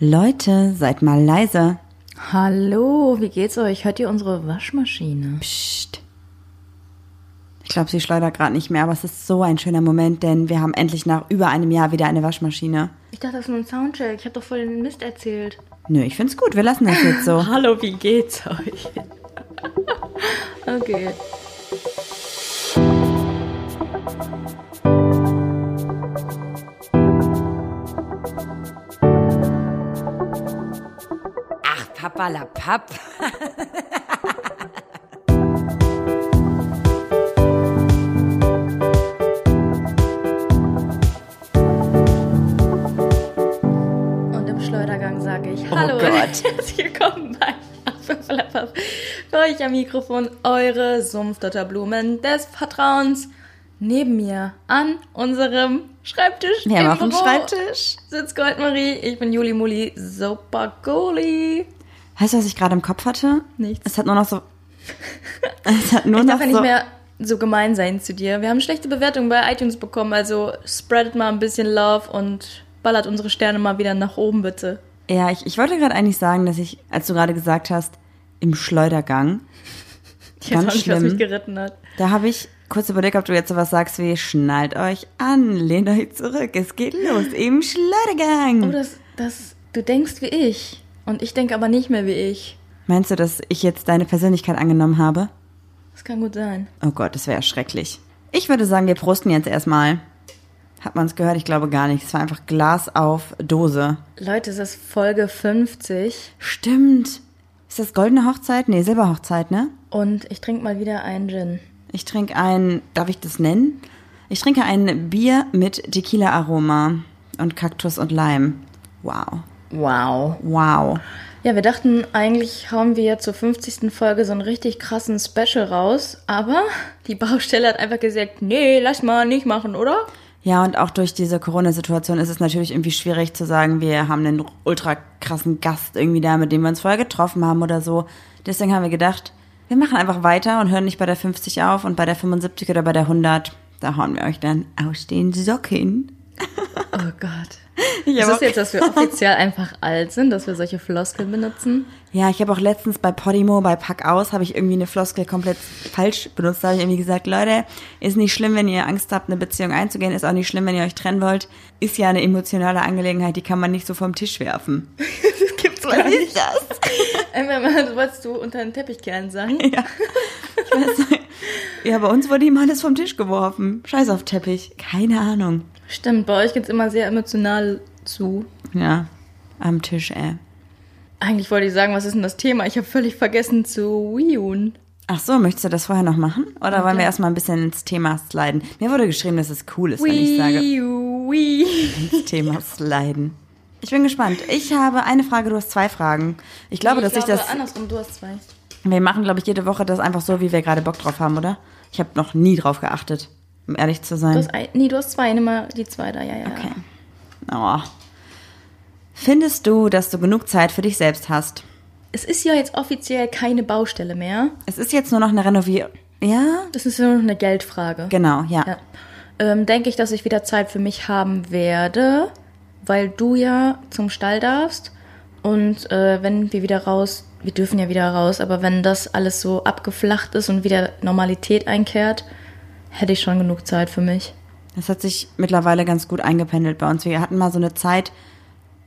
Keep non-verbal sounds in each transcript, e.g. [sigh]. Leute, seid mal leiser. Hallo, wie geht's euch? Hört ihr unsere Waschmaschine? Psst. Ich glaube, sie schleudert gerade nicht mehr, aber es ist so ein schöner Moment, denn wir haben endlich nach über einem Jahr wieder eine Waschmaschine. Ich dachte, das ist nur ein Soundcheck. Ich habe doch voll den Mist erzählt. Nö, ich find's gut, wir lassen das jetzt [laughs] so. Hallo, wie geht's euch? okay. Ach, Papalapap. Und im Schleudergang sage ich Hallo und Oh Gott. [laughs] herzlich willkommen bei Affenflapper. Für euch am Mikrofon eure Sumpfdotterblumen des Vertrauens. Neben mir an unserem Schreibtisch. Wir im haben auf dem Büro Schreibtisch. Sitzt Goldmarie, ich bin Juli Muli, super Goli. Weißt du, was ich gerade im Kopf hatte? Nichts. Es hat nur noch so. Es hat nur Ich noch darf ja so. nicht mehr so gemein sein zu dir. Wir haben schlechte Bewertungen bei iTunes bekommen, also spreadet mal ein bisschen Love und ballert unsere Sterne mal wieder nach oben, bitte. Ja, ich, ich wollte gerade eigentlich sagen, dass ich, als du gerade gesagt hast, im Schleudergang, Ich weiß Ganz auch nicht, was schlimm. mich geritten hat. da habe ich kurz überlegt, ob du jetzt sowas sagst wie: Schnallt euch an, lehnt euch zurück, es geht los im Schleudergang. Oh, das, das, du denkst wie ich. Und ich denke aber nicht mehr wie ich. Meinst du, dass ich jetzt deine Persönlichkeit angenommen habe? Das kann gut sein. Oh Gott, das wäre ja schrecklich. Ich würde sagen, wir prosten jetzt erstmal. Hat man es gehört? Ich glaube gar nicht. Es war einfach Glas auf Dose. Leute, es ist Folge 50 Stimmt. Ist das goldene Hochzeit? Nee, Silberhochzeit, ne? und ich trinke mal wieder einen Gin. Ich trinke ein, darf ich das nennen? Ich trinke ein Bier mit Tequila-Aroma und Kaktus und Leim. Wow. Wow. Wow. Ja, wir dachten, eigentlich hauen wir ja zur 50. Folge so einen richtig krassen Special raus, aber die Baustelle hat einfach gesagt, nee, lass mal nicht machen, oder? Ja, und auch durch diese Corona-Situation ist es natürlich irgendwie schwierig zu sagen, wir haben einen ultra krassen Gast irgendwie da, mit dem wir uns vorher getroffen haben oder so. Deswegen haben wir gedacht, wir machen einfach weiter und hören nicht bei der 50 auf und bei der 75 oder bei der 100, da hauen wir euch dann aus den Socken. Oh Gott. Ich Ist hab es auch- jetzt, dass wir offiziell einfach alt sind, dass wir solche Floskeln benutzen? Ja, ich habe auch letztens bei Podimo, bei Pack aus, habe ich irgendwie eine Floskel komplett falsch benutzt. Da habe ich irgendwie gesagt, Leute, ist nicht schlimm, wenn ihr Angst habt, eine Beziehung einzugehen, ist auch nicht schlimm, wenn ihr euch trennen wollt. Ist ja eine emotionale Angelegenheit, die kann man nicht so vom Tisch werfen. Das gibt's Was ist das? Einmal, das wolltest Äh, du unter den Teppich kehren sagen. Ja. Ich weiß nicht. ja, bei uns wurde ihm alles vom Tisch geworfen. Scheiß auf Teppich. Keine Ahnung. Stimmt, bei euch geht's immer sehr emotional zu. Ja, am Tisch, ey. Eigentlich wollte ich sagen, was ist denn das Thema? Ich habe völlig vergessen zu Wiun. Ach so, möchtest du das vorher noch machen? Oder wollen wir erstmal ein bisschen ins Thema sliden? Mir wurde geschrieben, dass es cool ist, wenn ich sage, ins Thema sliden. Ich bin gespannt. Ich habe eine Frage, du hast zwei Fragen. Ich glaube, dass ich das. Andersrum, du hast zwei. Wir machen, glaube ich, jede Woche das einfach so, wie wir gerade Bock drauf haben, oder? Ich habe noch nie drauf geachtet, um ehrlich zu sein. Du hast ein, nee, du hast zwei, nimm mal die zwei da, ja, ja. Okay. Oh. Findest du, dass du genug Zeit für dich selbst hast? Es ist ja jetzt offiziell keine Baustelle mehr. Es ist jetzt nur noch eine Renovierung. Ja? Das ist nur noch eine Geldfrage. Genau, ja. Ja. Ähm, denke ich, dass ich wieder Zeit für mich haben werde, weil du ja zum Stall darfst. Und äh, wenn wir wieder raus, wir dürfen ja wieder raus, aber wenn das alles so abgeflacht ist und wieder Normalität einkehrt, hätte ich schon genug Zeit für mich. Das hat sich mittlerweile ganz gut eingependelt bei uns. Wir hatten mal so eine Zeit,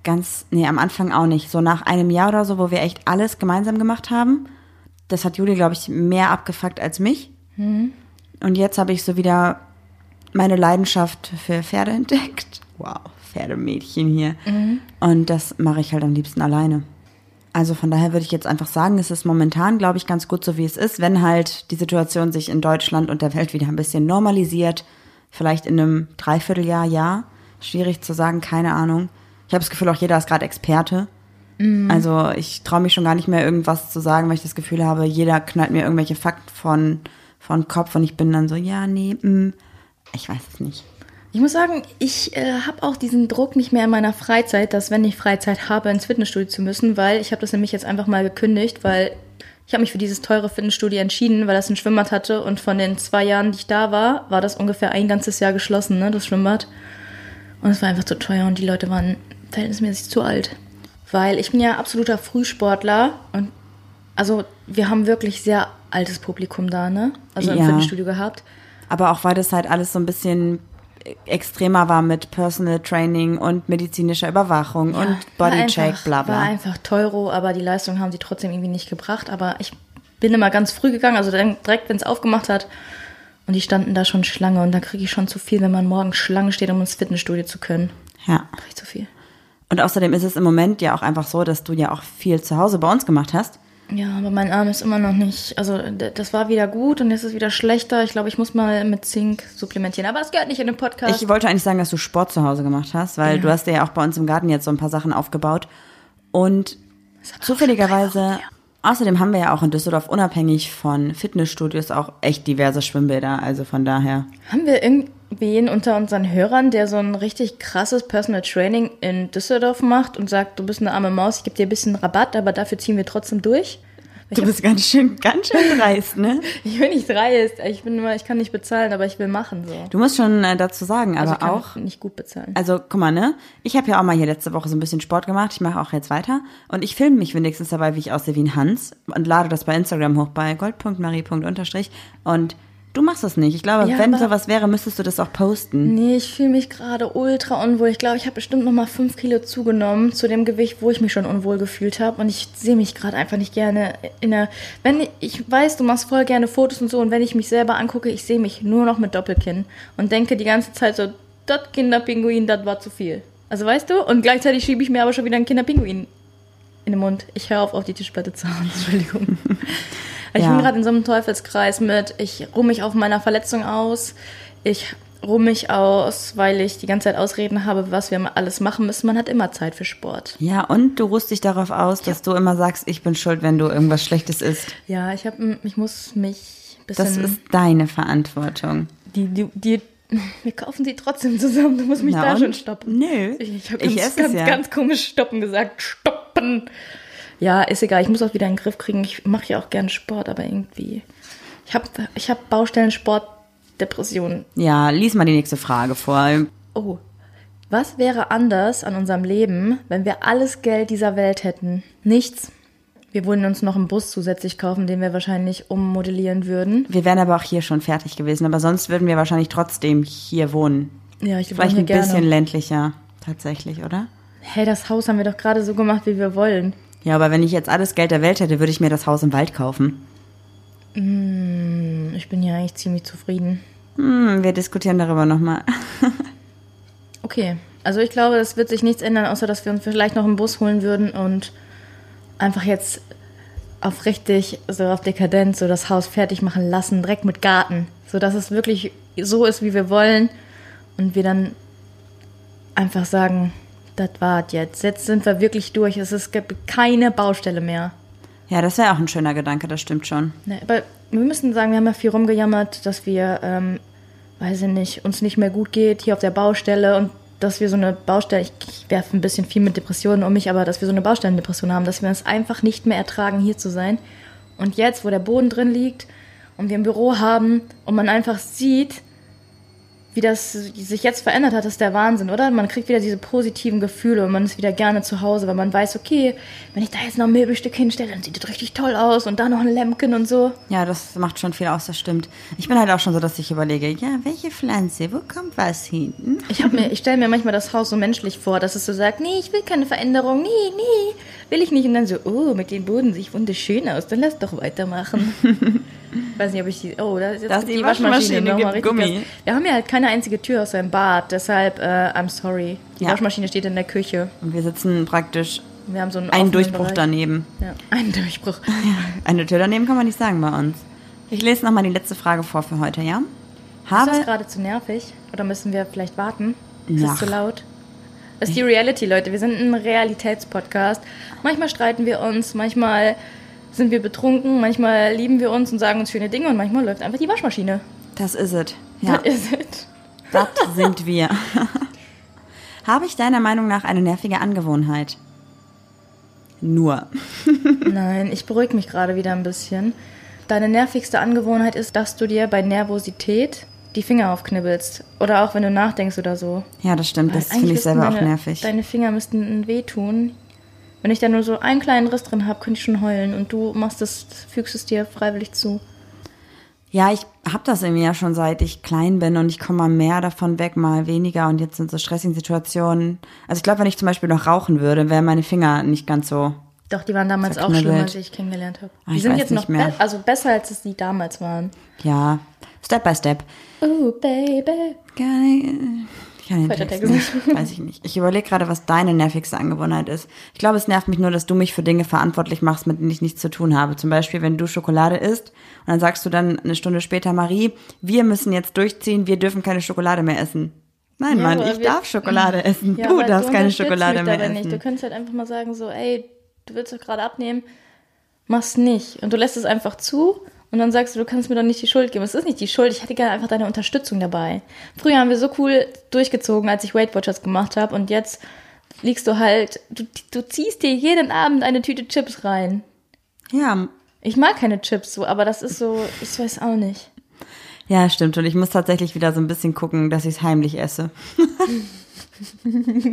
ganz, nee, am Anfang auch nicht. So nach einem Jahr oder so, wo wir echt alles gemeinsam gemacht haben. Das hat Juli, glaube ich, mehr abgefuckt als mich. Und jetzt habe ich so wieder meine Leidenschaft für Pferde [laughs] entdeckt. Wow, Pferdemädchen hier. Und das mache ich halt am liebsten alleine. Also von daher würde ich jetzt einfach sagen, es ist momentan, glaube ich, ganz gut so, wie es ist, wenn halt die Situation sich in Deutschland und der Welt wieder ein bisschen normalisiert. Vielleicht in einem Dreivierteljahr, ja. Schwierig zu sagen, keine Ahnung. Ich habe das Gefühl, auch jeder ist gerade Experte. Mhm. Also ich traue mich schon gar nicht mehr irgendwas zu sagen, weil ich das Gefühl habe, jeder knallt mir irgendwelche Fakten von, von Kopf und ich bin dann so, ja, nee, mm, ich weiß es nicht. Ich muss sagen, ich äh, habe auch diesen Druck nicht mehr in meiner Freizeit, dass wenn ich Freizeit habe, ins Fitnessstudio zu müssen, weil ich habe das nämlich jetzt einfach mal gekündigt, weil ich habe mich für dieses teure Fitnessstudio entschieden, weil das ein Schwimmbad hatte und von den zwei Jahren, die ich da war, war das ungefähr ein ganzes Jahr geschlossen, ne, das Schwimmbad. Und es war einfach zu teuer und die Leute waren verhältnismäßig zu alt. weil ich bin ja absoluter Frühsportler und also wir haben wirklich sehr altes Publikum da, ne? Also im Ja. Fitnessstudio gehabt. Aber auch weil das halt alles so ein bisschen extremer war mit Personal Training und medizinischer Überwachung Ja, und Bodycheck, einfach- bla War bla. einfach teuro, aber die Leistung haben sie trotzdem irgendwie nicht gebracht. Aber ich bin immer ganz früh gegangen, also dann direkt, wenn es aufgemacht hat. Und die standen da schon Schlange. Und da kriege ich schon zu viel, wenn man morgen Schlange steht, um ins Fitnessstudio zu können. Ja. Kriege ich zu viel. Und außerdem ist es im Moment ja auch einfach so, dass du ja auch viel zu Hause bei uns gemacht hast. Ja, aber mein Arm ist immer noch nicht. Also, d- das war wieder gut und jetzt ist wieder schlechter. Ich glaube, ich muss mal mit Zink supplementieren. Aber das gehört nicht in den Podcast. Ich wollte eigentlich sagen, dass du Sport zu Hause gemacht hast, weil du hast dir ja auch bei uns im Garten jetzt so ein paar Sachen aufgebaut. Und zufälligerweise, außerdem haben wir ja auch in Düsseldorf unabhängig von Fitnessstudios auch echt diverse Schwimmbäder. Also von daher. Haben wir irgendwen unter unseren Hörern, der so ein richtig krasses Personal Training in Düsseldorf macht und sagt, du bist eine arme Maus, ich gebe dir ein bisschen Rabatt, aber dafür ziehen wir trotzdem durch? Ich, Du hab, bist ganz schön, ganz schön dreist, ne? ich bin nicht dreist, ich bin immer, ich kann nicht bezahlen, aber ich will machen so. Du musst schon äh, dazu sagen, Also ich aber kann auch. nicht gut bezahlen. Also, guck mal, ne? Ich habe ja auch mal hier letzte Woche so ein bisschen Sport gemacht. Ich mache auch jetzt weiter. Und ich filme mich wenigstens dabei, wie ich aussehe wie ein Hans. Und lade das bei Instagram hoch, bei gold.marie.unterstrich. Und du machst das nicht. Ich glaube, Ja, wenn aber- sowas wäre, müsstest du das auch posten. Nee, ich fühle mich gerade ultra unwohl. Ich glaube, ich habe bestimmt noch mal fünf Kilo zugenommen zu dem Gewicht, wo ich mich schon unwohl gefühlt habe. Und ich sehe mich gerade einfach nicht gerne in der. Wenn ich, ich weiß, du machst voll gerne Fotos und so, und wenn ich mich selber angucke, ich sehe mich nur noch mit Doppelkinn und denke die ganze Zeit so, das Kinderpinguin, das war zu viel. Also weißt du? Und gleichzeitig schiebe ich mir aber schon wieder einen Kinderpinguin in den Mund. Ich höre auf, auf die Tischplatte zu hauen. [laughs] Entschuldigung. Ich Ja. bin gerade in so einem Teufelskreis mit, ich ruh mich auf meiner Verletzung aus, ich ruh mich aus, weil ich die ganze Zeit Ausreden habe, was wir alles machen müssen. Man hat immer Zeit für Sport. Ja, und du ruhst dich darauf aus, dass du immer sagst, ich bin schuld, wenn du irgendwas Schlechtes isst. Ja, ich habe, ich muss mich ein Das bisschen. ist deine Verantwortung. die, die, die, [laughs] wir kaufen sie trotzdem zusammen. Du musst mich Na da und? schon stoppen. Nö. Ich, ich habe Ich ganz, esse es ganz, ja. ganz komisch stoppen gesagt. Stoppen! Ja, ist egal. Ich muss auch wieder in den Griff kriegen. Ich mache ja auch gerne Sport, aber irgendwie. Ich habe ich hab Baustellen, Sport, Depressionen. Ja, lies mal die nächste Frage vor. Oh. Was wäre anders an unserem Leben, wenn wir alles Geld dieser Welt hätten? Nichts. Wir würden uns noch einen Bus zusätzlich kaufen, den wir wahrscheinlich ummodellieren würden. Wir wären aber auch hier schon fertig gewesen, aber sonst würden wir wahrscheinlich trotzdem hier wohnen. Ja, ich wohne Vielleicht hier ein gerne. bisschen ländlicher, tatsächlich, oder? Hey, das Haus haben wir doch gerade so gemacht, wie wir wollen. Ja, aber wenn ich jetzt alles Geld der Welt hätte, würde ich mir das Haus im Wald kaufen. Ich bin ja eigentlich ziemlich zufrieden. Hm, wir diskutieren darüber nochmal. Okay, also ich glaube, das wird sich nichts ändern, außer dass wir uns vielleicht noch einen Bus holen würden und einfach jetzt auf richtig, so auf Dekadenz, so das Haus fertig machen lassen, direkt mit Garten, so dass es wirklich so ist, wie wir wollen und wir dann einfach sagen, das war's jetzt. Jetzt sind wir wirklich durch. Es ist, gibt keine Baustelle mehr. Ja, das wäre auch ein schöner Gedanke, das stimmt schon. Ne, aber wir müssen sagen, wir haben ja viel rumgejammert, dass wir, ähm, weiß ich nicht, uns nicht mehr gut geht hier auf der Baustelle und dass wir so eine Baustelle, ich, ich werfe ein bisschen viel mit Depressionen um mich, aber dass wir so eine Baustellendepression haben, dass wir es einfach nicht mehr ertragen, hier zu sein. Und jetzt, wo der Boden drin liegt und wir ein Büro haben und man einfach sieht, wie das sich jetzt verändert hat, ist der Wahnsinn, oder? Man kriegt wieder diese positiven Gefühle und man ist wieder gerne zu Hause, weil man weiß, okay, wenn ich da jetzt noch ein Möbelstück hinstelle, dann sieht das richtig toll aus und da noch ein Lämpchen und so. Ja, das macht schon viel aus, das stimmt. Ich bin halt auch schon so, dass ich überlege, ja, welche Pflanze, wo kommt was hinten? Ich, hab mir- ich stelle mir manchmal das Haus so menschlich vor, dass es so sagt, nee, ich will keine Veränderung, nee, nee, will ich nicht. Und dann so, oh, mit dem Boden sieht wunderschön aus, dann lass doch [laughs] weitermachen. Weiß nicht, ob ich die, oh, da ist jetzt Da ist gibt die Waschmaschine, noch mal gibt richtig Gummi. Gas. Wir haben ja halt keine einzige Tür aus seinem Bad, deshalb, äh, I'm sorry. Die Ja. Waschmaschine steht in der Küche. Und wir sitzen praktisch Wir haben so einen einen offenen Durchbruch Bereich. daneben. Ja, einen Durchbruch. Eine Tür daneben kann man nicht sagen bei uns. Ich lese nochmal die letzte Frage vor für heute, ja? Ist das Habe, gerade zu nervig? Oder müssen wir vielleicht warten? Ist Nach. das zu laut? Das ist die Reality, Leute. Wir sind ein Realitätspodcast. Manchmal streiten wir uns, manchmal sind wir betrunken, manchmal lieben wir uns und sagen uns schöne Dinge und manchmal läuft einfach die Waschmaschine. das ist es. Ja, Das ist es. das sind wir. [laughs] Habe ich deiner Meinung nach eine nervige Angewohnheit? Nur. Nein, ich beruhige mich gerade wieder ein bisschen. Deine nervigste Angewohnheit ist, dass du dir bei Nervosität die Finger aufknibbelst. Oder auch wenn du nachdenkst oder so. Ja, das stimmt. Das Eigentlich finde ich müssten selber auch deine- nervig. Deine Finger müssten wehtun. Wenn ich da nur so einen kleinen Riss drin habe, könnte ich schon heulen und du machst es, fügst es dir freiwillig zu. Ja, ich habe das irgendwie ja schon seit ich klein bin und ich komme mal mehr davon weg, mal weniger und jetzt sind so stressigen Situationen. Also ich glaube, wenn ich zum Beispiel noch rauchen würde, wären meine Finger nicht ganz so. Doch, die waren damals auch Verknüppelt. schlimmer, als ich kennengelernt habe. Ah, Die ich sind weiß jetzt nicht noch mehr. be also besser, als es die damals waren. Ja, Step by Step. Oh, Baby. Gar nicht- Ich kann den Falscher Text Text. nicht, weiß ich nicht. Ich überlege gerade, was deine nervigste Angewohnheit ist. Ich glaube, es nervt mich nur, dass du mich für Dinge verantwortlich machst, mit denen ich nichts zu tun habe. Zum Beispiel, wenn du Schokolade isst und dann sagst du dann eine Stunde später, Marie, wir müssen jetzt durchziehen, wir dürfen keine Schokolade mehr essen. Nein, Ja, Mann, aber ich wir- [laughs] darf Schokolade essen. Ja, du aber darfst keine unterstützt Schokolade mich mehr dabei essen. Nicht. Du könntest halt einfach mal sagen so, ey, du willst doch gerade abnehmen, mach's nicht. Und du lässt es einfach zu und dann sagst du, du kannst mir doch nicht die Schuld geben. Es ist nicht die Schuld, ich hätte gerne einfach deine Unterstützung dabei. Früher haben wir so cool durchgezogen, als ich Weight Watchers gemacht habe und jetzt liegst du halt, du, du ziehst dir jeden Abend eine Tüte Chips rein. Ja, Ich mag keine Chips so, aber das ist so, ich weiß auch nicht. ja, stimmt. Und ich muss tatsächlich wieder so ein bisschen gucken, dass ich es heimlich esse.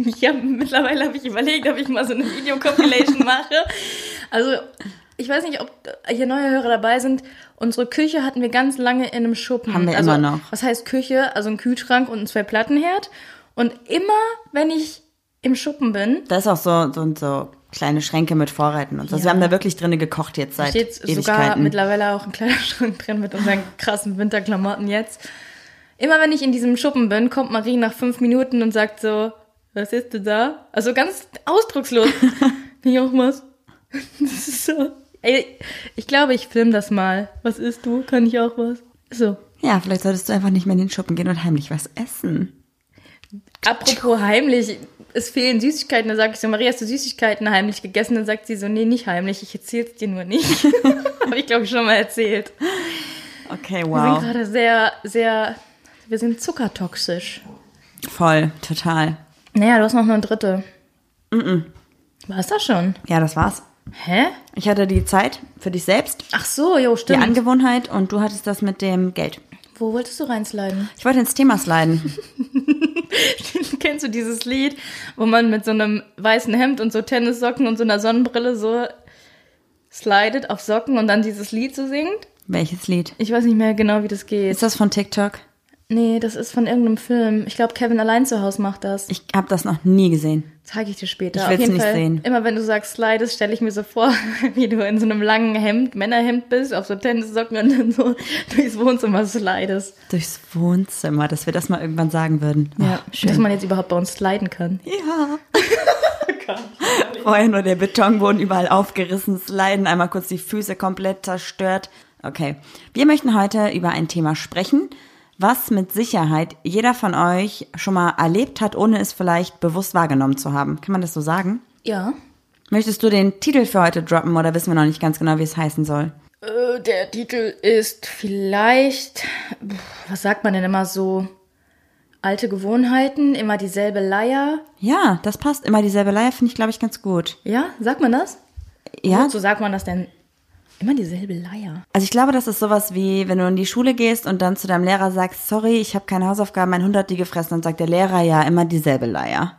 Ich hab, mittlerweile habe ich überlegt, ob ich mal so eine Video-Compilation mache. Also, ich weiß nicht, ob hier neue Hörer dabei sind. Unsere Küche hatten wir ganz lange in einem Schuppen. Haben wir also, immer noch. Was heißt Küche? Also ein Kühlschrank und ein Zwei-Plattenherd. Und immer, wenn ich im Schuppen bin, Da ist auch so, so, so kleine Schränke mit Vorräten und so. Also wir Ja. haben da wirklich drinne gekocht jetzt seit steht sogar Ewigkeiten. mittlerweile auch ein Kleiderschrank drin mit unseren krassen Winterklamotten jetzt. Immer wenn ich in diesem Schuppen bin, kommt Marie nach fünf Minuten und sagt so, was ist denn da? Also ganz ausdruckslos. Kann ich auch was? Das ist so. Ey, ich glaube, ich film das mal. Was isst du? Kann ich auch was? So. Ja, vielleicht solltest du einfach nicht mehr in den Schuppen gehen und heimlich was essen. Apropos heimlich, es fehlen Süßigkeiten. Da sage ich so, Marie, hast du Süßigkeiten heimlich gegessen? Dann sagt sie so, nee, nicht heimlich. Ich erzähl's dir nur nicht. [laughs] Habe ich, glaube ich, schon mal erzählt. Okay, Wir sind wow. gerade sehr, sehr, wir sind zuckertoxisch. Voll, total. Naja, du hast noch eine dritte. Mhm. War es das schon? Ja, das war's. Hä? Ich hatte die Zeit für dich selbst, Ach so, jo, die stimmt. Angewohnheit und du hattest das mit dem Geld. Wo wolltest du reinsliden? [laughs] Ich wollte ins Thema [laughs] sliden. Kennst du dieses Lied, wo man mit so einem weißen Hemd und so Tennissocken und so einer Sonnenbrille so slidet auf Socken und dann dieses Lied so singt? Welches Lied? Ich weiß nicht mehr genau, wie das geht. Ist das von TikTok? Nee, das ist von irgendeinem Film. Ich glaube, Kevin allein zu Hause macht das. Ich habe das noch nie gesehen. Zeige ich dir später. Ich Auf will's jeden nicht Fall, sehen. Immer wenn du sagst Slidest, stelle ich mir so vor, [laughs] wie du in so einem langen Hemd, Männerhemd bist, auf so Tennissocken und dann so [laughs] durchs Wohnzimmer slidest. Durchs Wohnzimmer, dass wir das mal irgendwann sagen würden. Oh, Ach, Dass man jetzt überhaupt bei uns sliden kann. Ja. Vorher nur der Betonboden überall aufgerissen, das Leiden, einmal kurz die Füße komplett zerstört. Okay, wir möchten heute über ein Thema sprechen, was mit Sicherheit jeder von euch schon mal erlebt hat, ohne es vielleicht bewusst wahrgenommen zu haben. Kann man das so sagen? Ja. Möchtest du den Titel für heute droppen oder wissen wir noch nicht ganz genau, wie es heißen soll? Äh, der Titel ist vielleicht, pff, was sagt man denn immer so? Alte Gewohnheiten, immer dieselbe Leier. Ja, das passt. Immer dieselbe Leier finde ich, glaube ich, ganz gut. Ja, sagt man das? Ja, Wozu sagt man das denn? Immer dieselbe Leier. Also ich glaube, das ist sowas wie, wenn du in die Schule gehst und dann zu deinem Lehrer sagst, sorry, ich habe keine Hausaufgaben, mein Hund hat die gefressen, dann sagt der Lehrer ja immer dieselbe Leier.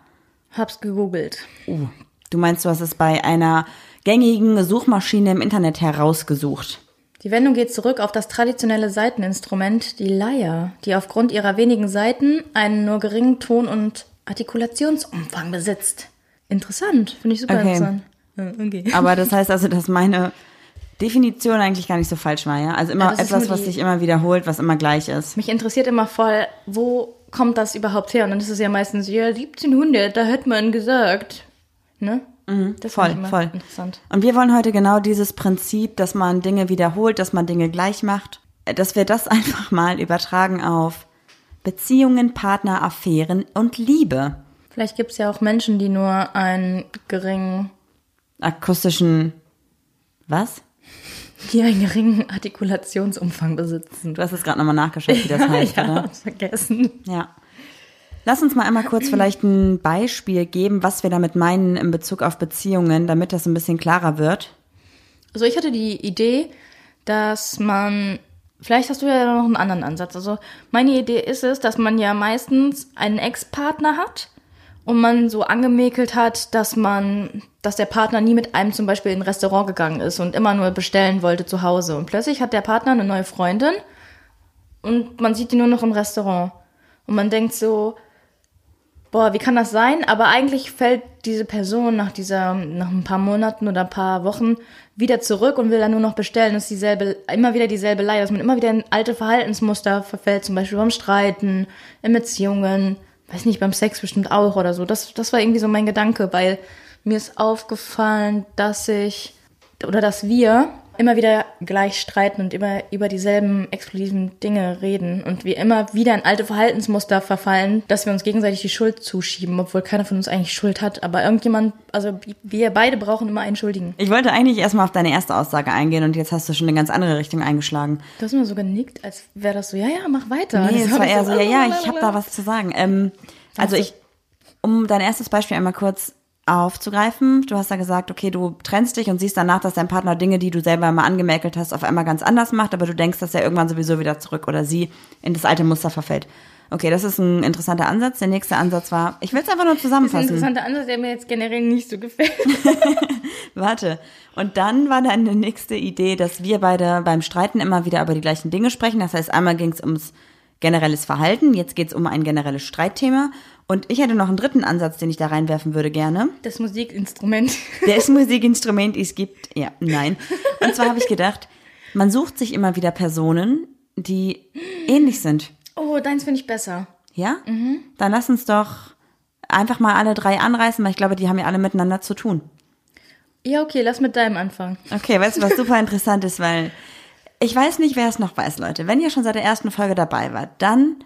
Hab's gegoogelt. Uh, du meinst, du hast es bei einer gängigen Suchmaschine im Internet herausgesucht. Die Wendung geht zurück auf das traditionelle Saiteninstrument, die Leier, die aufgrund ihrer wenigen Saiten einen nur geringen Ton- und Artikulationsumfang besitzt. Interessant, finde ich super Okay. interessant. Äh, Okay. [laughs] Aber das heißt also, dass meine Definition eigentlich gar nicht so falsch war, ja? Also Ja, immer das ist etwas, nur was die- sich immer wiederholt, was immer gleich ist. Mich interessiert immer voll, wo kommt das überhaupt her? Und dann ist es ja meistens, ja, 1700, da hat man gesagt. Ne? das Mhm, voll, finde ich immer voll. Interessant. Und wir wollen heute genau dieses Prinzip, dass man Dinge wiederholt, dass man Dinge gleich macht, äh, dass wir das [laughs] einfach mal übertragen auf Beziehungen, Partner, Affären und Liebe. Vielleicht gibt es ja auch Menschen, die nur einen geringen, Akustischen. Was? die einen geringen Artikulationsumfang besitzen. Du hast es gerade nochmal nachgeschaut, [laughs] wie das heißt, [laughs] ja, oder? hab's vergessen. Ja. Lass uns mal einmal kurz vielleicht ein Beispiel geben, was wir damit meinen in Bezug auf Beziehungen, damit das ein bisschen klarer wird. Also ich hatte die Idee, dass man, vielleicht hast du ja noch einen anderen Ansatz. Also meine Idee ist es, dass man ja meistens einen Ex-Partner hat und man so angemäkelt hat, dass man, dass der Partner nie mit einem zum Beispiel in ein Restaurant gegangen ist und immer nur bestellen wollte zu Hause. Und plötzlich hat der Partner eine neue Freundin und man sieht die nur noch im Restaurant. Und man denkt so, boah, wie kann das sein? Aber eigentlich fällt diese Person nach dieser, nach ein paar Monaten oder ein paar Wochen wieder zurück und will dann nur noch bestellen. Das ist dieselbe, immer wieder dieselbe Leier, dass man immer wieder in alte Verhaltensmuster verfällt, zum Beispiel beim Streiten, in Beziehungen, weiß nicht, beim Sex bestimmt auch oder so. Das, das war irgendwie so mein Gedanke, weil mir ist aufgefallen, dass ich, oder dass wir immer wieder gleich streiten und immer über dieselben explosiven Dinge reden und wir immer wieder in alte Verhaltensmuster verfallen, dass wir uns gegenseitig die Schuld zuschieben, obwohl keiner von uns eigentlich Schuld hat, aber irgendjemand, also wir beide brauchen immer einen Schuldigen. Ich wollte eigentlich erstmal auf deine erste Aussage eingehen und jetzt hast du schon eine ganz andere Richtung eingeschlagen. Du hast mir so genickt, als wäre das so, ja, ja, mach weiter. Also Nee, es war eher so, ja, ja, ich habe habe da was zu sagen. Ähm, also ich, um dein erstes Beispiel einmal kurz aufzugreifen, du hast da gesagt, okay, du trennst dich und siehst danach, dass dein Partner Dinge, die du selber mal angemäkelt hast, auf einmal ganz anders macht, aber du denkst, dass er irgendwann sowieso wieder zurück oder sie in das alte Muster verfällt. Okay, das ist ein interessanter Ansatz. Der nächste Ansatz war, ich will es einfach nur Das ist ein zusammenfassen. interessanter Ansatz, der mir jetzt generell nicht so [laughs] gefällt. Warte. Und dann war deine nächste Idee, dass wir beide beim Streiten immer wieder über die gleichen Dinge sprechen. Das heißt, einmal ging es ums generelles Verhalten, jetzt geht es um ein generelles Streitthema. Und ich hätte noch einen dritten Ansatz, den ich da reinwerfen würde gerne. Das Musikinstrument. [laughs] Der ist Musikinstrument, es gibt. Ja, nein. Und zwar habe ich gedacht, man sucht sich immer wieder Personen, die ähnlich sind. Oh, deins finde ich besser. Ja? Dann lass uns doch einfach mal alle drei anreißen, weil ich glaube, die haben ja alle miteinander zu tun. Ja, okay, lass mit deinem anfangen. Okay, weißt du, was super interessant ist, weil ich weiß nicht, wer es noch weiß, Leute. Wenn ihr schon seit der ersten Folge dabei wart, dann,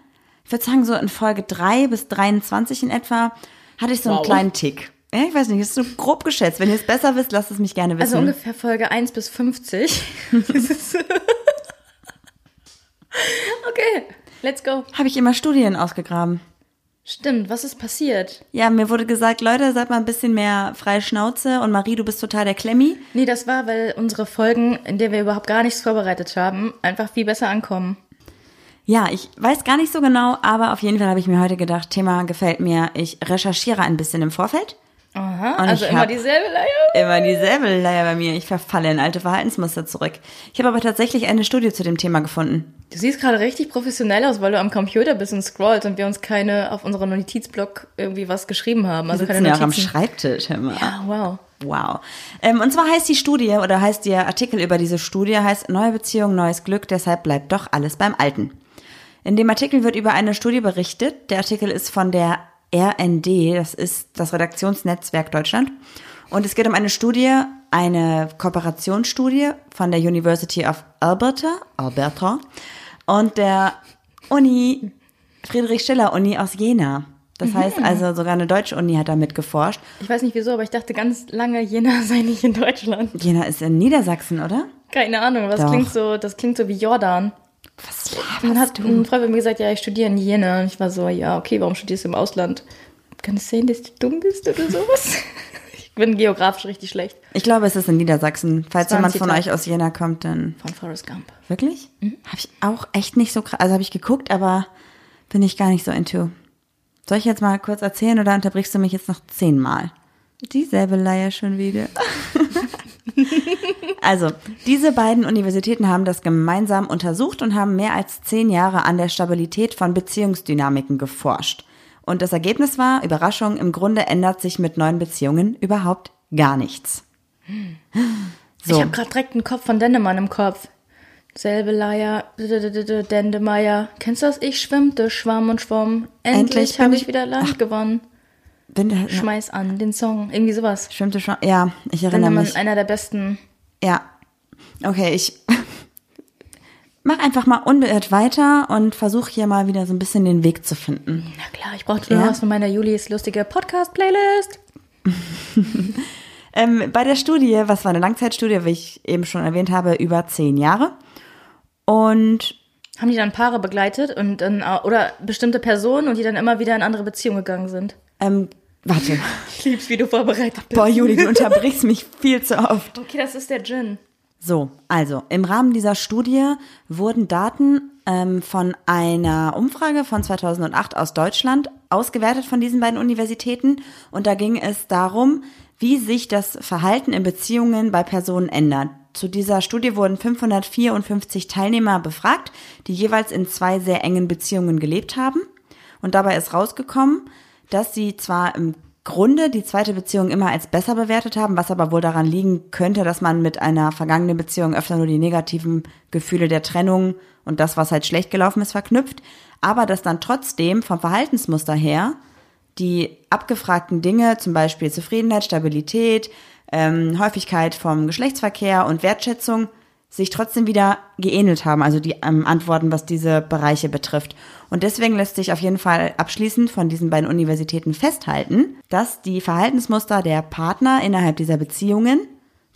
ich würde sagen, so in Folge 3 bis 23 in etwa, hatte ich so einen Wow. kleinen Tick. Ja, ich weiß nicht, ist so grob geschätzt. Wenn ihr es besser wisst, lasst es mich gerne wissen. Also ungefähr Folge 1 [laughs] bis 50. Das ist- okay, let's go. Habe ich immer Studien ausgegraben. Stimmt, was ist passiert? Ja, mir wurde gesagt, Leute, seid mal ein bisschen mehr freie Schnauze und Marie, du bist total der Klemmi. Nee, das war, weil unsere Folgen, in der wir überhaupt gar nichts vorbereitet haben, einfach viel besser ankommen. Ja, ich weiß gar nicht so genau, aber auf jeden Fall habe ich mir heute gedacht, Thema gefällt mir. Ich recherchiere ein bisschen im Vorfeld. Aha, Und also ich immer hab- dieselbe Leier. Immer dieselbe Leier bei mir. Ich verfalle in alte Verhaltensmuster zurück. Ich habe aber tatsächlich eine Studie zu dem Thema gefunden. Du siehst gerade richtig professionell aus, weil du am Computer bist und scrollst und wir uns keine auf unserem Notizblock irgendwie was geschrieben haben. Also Wir keine sitzen ja auch am Notizen. Schreibtisch. Hör mal. ah, wow. Wow. Ähm, und zwar heißt die Studie oder heißt der Artikel über diese Studie heißt Neue Beziehung, neues Glück, deshalb bleibt doch alles beim Alten. In dem Artikel wird über eine Studie berichtet. Der Artikel ist von der RND, das ist das Redaktionsnetzwerk Deutschland. Und es geht um eine Studie, eine Kooperationsstudie von der University of Alberta, Alberta und der Uni Friedrich Schiller Uni aus Jena. Das heißt also, sogar eine deutsche Uni hat da mitgeforscht. Ich weiß nicht wieso, aber ich dachte ganz lange, Jena [laughs] sei nicht in Deutschland. Jena ist in Niedersachsen, oder? Keine Ahnung, das Doch. klingt so, das klingt so wie Jordan. Was Und Dann hat ein Freund bei mir gesagt, ja, ich studiere in Jena. Und ich war so, ja, okay, warum studierst du im Ausland? Kann es sein, dass du dumm bist oder sowas? [laughs] ich bin geografisch richtig schlecht. Ich glaube, es ist in Niedersachsen. Falls Das war ein jemand von Zitat. euch aus Jena kommt, dann Von Forrest Gump. wirklich? Habe ich auch echt nicht so krass. Also habe ich geguckt, aber bin ich gar nicht so into. Soll ich jetzt mal kurz erzählen oder unterbrichst du mich jetzt noch zehnmal? Dieselbe Leier schon wieder. Also, diese beiden Universitäten haben das gemeinsam untersucht und haben mehr als zehn Jahre an der Stabilität von Beziehungsdynamiken geforscht. Und das Ergebnis war, Überraschung, im Grunde ändert sich mit neuen Beziehungen überhaupt gar nichts. Ich So, habe gerade direkt einen Kopf von Dendemann im Kopf. Selbe Leier, Dendemeyer. Kennst du das? Ich schwimmte, schwamm und schwamm. Endlich Endlich bin habe ich- ich wieder Land gewonnen. bin da, ja, Schmeiß an den Song. Irgendwie sowas. schwimmte schon. Ja, ich erinnere Dendemann, mich. einer der besten. Ja. Okay, ich [laughs] mach einfach mal unbeirrt weiter und versuche hier mal wieder so ein bisschen den Weg zu finden. Na klar, ich brauchte nur Ja. was von meiner Julis lustige Podcast-Playlist. Ähm, bei der Studie, was war eine Langzeitstudie, wie ich eben schon erwähnt habe, über zehn Jahre. Und Haben die dann Paare begleitet und dann, äh, oder bestimmte Personen und die dann immer wieder in andere Beziehungen gegangen sind? ähm, warte, Ich lieb's, wie du vorbereitet bist. boah Juli, du unterbrichst mich viel zu oft. Okay, das ist der Gin. So, also im Rahmen dieser Studie wurden Daten ähm, von einer Umfrage von 2008 aus Deutschland, ausgewertet von diesen beiden Universitäten. Und da ging es darum, wie sich das Verhalten in Beziehungen bei Personen ändert. Zu dieser Studie wurden 554 Teilnehmer befragt, die jeweils in zwei sehr engen Beziehungen gelebt haben. Und dabei ist rausgekommen, dass sie zwar im Grunde die zweite Beziehung immer als besser bewertet haben, was aber wohl daran liegen könnte, dass man mit einer vergangenen Beziehung öfter nur die negativen Gefühle der Trennung und das, was halt schlecht gelaufen ist, verknüpft, aber dass dann trotzdem vom Verhaltensmuster her die abgefragten Dinge, zum Beispiel Zufriedenheit, Stabilität, ähm, Häufigkeit vom Geschlechtsverkehr und Wertschätzung, sich trotzdem wieder geähnelt haben, also die ähm, Antworten, was diese Bereiche betrifft. Und deswegen lässt sich auf jeden Fall abschließend von diesen beiden Universitäten festhalten, dass die Verhaltensmuster der Partner innerhalb dieser Beziehungen,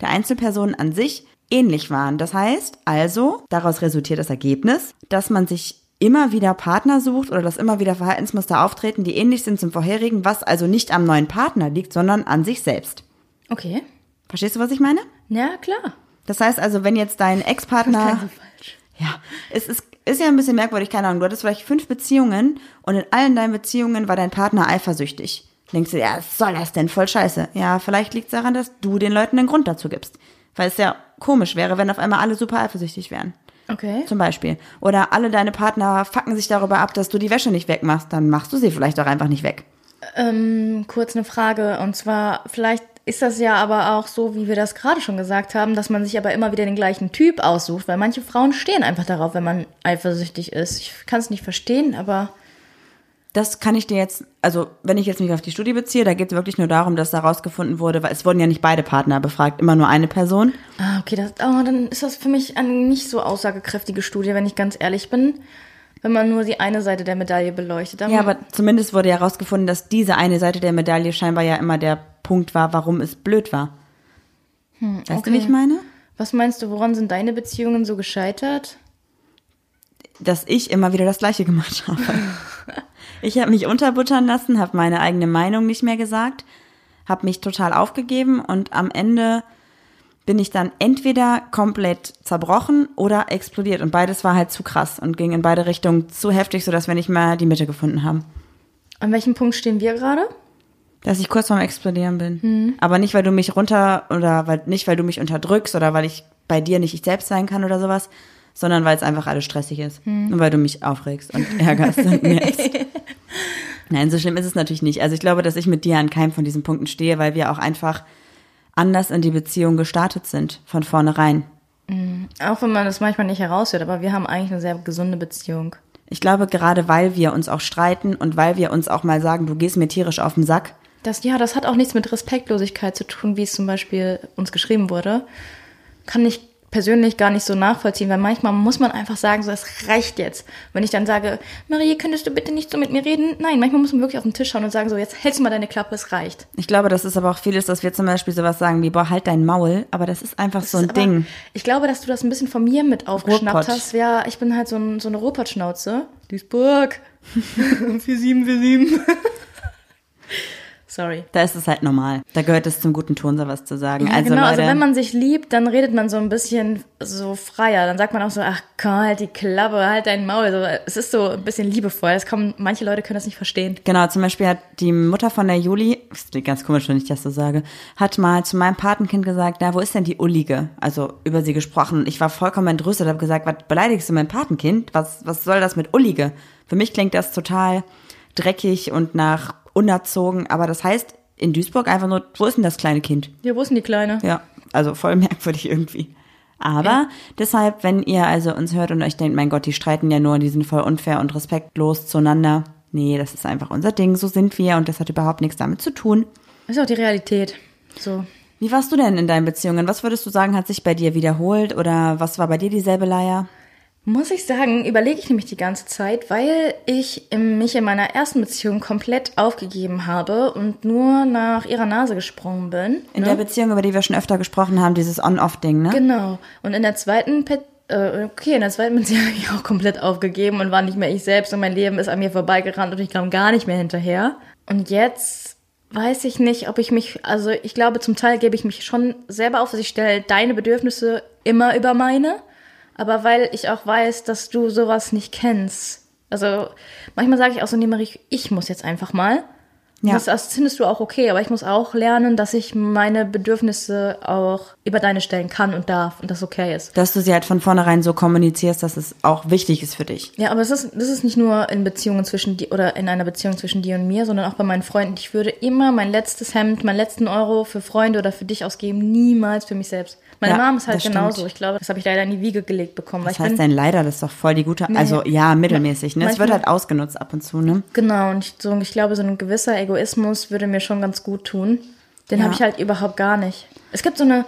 der Einzelpersonen an sich, ähnlich waren. Das heißt also, daraus resultiert das Ergebnis, dass man sich immer wieder Partner sucht oder dass immer wieder Verhaltensmuster auftreten, die ähnlich sind zum vorherigen, was also nicht am neuen Partner liegt, sondern an sich selbst. Okay. Verstehst du, was ich meine? Ja, klar. Das heißt also, wenn jetzt dein Ex-Partner. falsch. Ja, es ist, ist ja ein bisschen merkwürdig, keine Ahnung. Du hattest vielleicht fünf Beziehungen und in allen deinen Beziehungen war dein Partner eifersüchtig. Denkst du, ja, was soll das denn? Voll scheiße. Ja, vielleicht liegt es daran, dass du den Leuten den Grund dazu gibst. Weil es ja komisch wäre, wenn auf einmal alle super eifersüchtig wären. Okay. Zum Beispiel. Oder alle deine Partner fucken sich darüber ab, dass du die Wäsche nicht wegmachst. Dann machst du sie vielleicht auch einfach nicht weg. Ähm, kurz eine Frage. Und zwar, vielleicht ist das ja aber auch so, wie wir das gerade schon gesagt haben, dass man sich aber immer wieder den gleichen Typ aussucht, weil manche Frauen stehen einfach darauf, wenn man eifersüchtig ist. Ich kann es nicht verstehen, aber Das kann ich dir jetzt, also wenn ich jetzt mich auf die Studie beziehe, da geht es wirklich nur darum, dass da rausgefunden wurde, weil es wurden ja nicht beide Partner befragt, immer nur eine Person. ah, okay, das, oh, dann ist das für mich eine nicht so aussagekräftige Studie, wenn ich ganz ehrlich bin. Wenn man nur die eine Seite der Medaille beleuchtet. Dann Ja, aber zumindest wurde ja rausgefunden, dass diese eine Seite der Medaille scheinbar ja immer der Punkt war, warum es blöd war. weißt du, wie okay. ich meine? was meinst du, woran sind deine Beziehungen so gescheitert? Dass ich immer wieder das Gleiche gemacht habe. ich habe mich unterbuttern lassen, habe meine eigene Meinung nicht mehr gesagt, habe mich total aufgegeben und am Ende bin ich dann entweder komplett zerbrochen oder explodiert. Und beides war halt zu krass und ging in beide Richtungen zu heftig, sodass wir nicht mehr die Mitte gefunden haben. An welchem Punkt stehen wir gerade? Dass ich kurz vorm Explodieren bin. Aber nicht, weil du mich runter oder weil, nicht, weil du mich unterdrückst oder weil ich bei dir nicht ich selbst sein kann oder sowas, sondern weil es einfach alles stressig ist. Und weil du mich aufregst und ärgerst und nervst. Nein, so schlimm ist es natürlich nicht. Also ich glaube, dass ich mit dir an keinem von diesen Punkten stehe, weil wir auch einfach anders in die Beziehung gestartet sind, von vornherein. Auch wenn man das manchmal nicht heraushört, aber wir haben eigentlich eine sehr gesunde Beziehung. Ich glaube, gerade weil wir uns auch streiten und weil wir uns auch mal sagen, du gehst mir tierisch auf den Sack, Das, ja, das hat auch nichts mit Respektlosigkeit zu tun, wie es zum Beispiel uns geschrieben wurde. Kann ich persönlich gar nicht so nachvollziehen, weil manchmal muss man einfach sagen, so, es reicht jetzt. Wenn ich dann sage, Marie, könntest du bitte nicht so mit mir reden? Nein, manchmal muss man wirklich auf den Tisch schauen und sagen, so, jetzt hältst du mal deine Klappe, es reicht. Ich glaube, das ist aber auch vieles, dass wir zum Beispiel sowas sagen wie, boah, halt dein Maul, aber das ist einfach so ein Aber Ding. Ich glaube, dass du das ein bisschen von mir mit aufgeschnappt Ruhrpott. hast. Ja, ich bin halt so, ein, so eine Ruhrpott-Schnauze. Duisburg. [laughs] 4747. Sorry. Da ist es halt normal. Da gehört es zum guten Ton, sowas zu sagen. Ja, also genau, Leute, also wenn man sich liebt, dann redet man so ein bisschen so freier. Dann sagt man auch so, ach komm, halt die Klappe, halt dein Maul. So, es ist so ein bisschen liebevoll. Das kann, manche Leute können das nicht verstehen. genau, zum Beispiel hat die Mutter von der Juli, das klingt ganz komisch, wenn ich das so sage, hat mal zu meinem Patenkind gesagt, na, wo ist denn die Ullige? Also über sie gesprochen. Und Ich war vollkommen entrüstet, habe gesagt, was beleidigst du mein Patenkind? Was, was soll das mit Ullige? Für mich klingt das total dreckig und nach unerzogen, aber das heißt in Duisburg einfach nur, wo ist denn das kleine Kind? Ja, wo ist denn die Kleine? Ja, also voll [laughs] merkwürdig irgendwie. Aber deshalb, wenn ihr also uns hört und euch denkt, mein Gott, die streiten ja nur, die sind voll unfair und respektlos zueinander. Nee, das ist einfach unser Ding, so sind wir und das hat überhaupt nichts damit zu tun. Ist auch die Realität. So. Wie warst du denn in deinen Beziehungen? Was würdest du sagen, hat sich bei dir wiederholt oder was war bei dir dieselbe Leier? Muss ich sagen, überlege ich nämlich die ganze Zeit, weil ich in- mich in meiner ersten Beziehung komplett aufgegeben habe und nur nach ihrer Nase gesprungen bin. In ne? der Beziehung, über die wir schon öfter gesprochen haben, dieses On-Off-Ding, ne? Genau. Und in der zweiten Pet äh, okay, in der zweiten [laughs] Beziehung habe ich auch komplett aufgegeben und war nicht mehr ich selbst und mein Leben ist an mir vorbeigerannt und ich kam gar nicht mehr hinterher. Und jetzt weiß ich nicht, ob ich mich, also ich glaube, zum Teil gebe ich mich schon selber auf, also ich stelle deine Bedürfnisse immer über meine. Aber weil ich auch weiß, dass du sowas nicht kennst. Also manchmal sage ich auch so, nee, Marie, ich muss jetzt einfach mal. Ja. Das, das findest du auch okay, aber ich muss auch lernen, dass ich meine Bedürfnisse auch über deine stellen kann und darf und das okay ist. Dass du sie halt von vornherein so kommunizierst, dass es auch wichtig ist für dich. Ja, aber es ist, das ist nicht nur in Beziehungen zwischen dir oder in einer Beziehung zwischen dir und mir, sondern auch bei meinen Freunden. Ich würde immer mein letztes Hemd, meinen letzten Euro für Freunde oder für dich ausgeben, niemals für mich selbst. Meine Ja, Mom ist halt das genauso. stimmt. Ich glaube, das habe ich leider in die Wiege gelegt bekommen. Weil Das ich heißt bin, denn leider, das ist doch voll die gute, also ja, mittelmäßig, ne? Es wird Manchmal- halt ausgenutzt ab und zu, ne? Genau, und ich, so, ich glaube, so ein gewisser Egoismus würde mir schon ganz gut tun. Den Ja. habe ich halt überhaupt gar nicht. Es gibt so eine,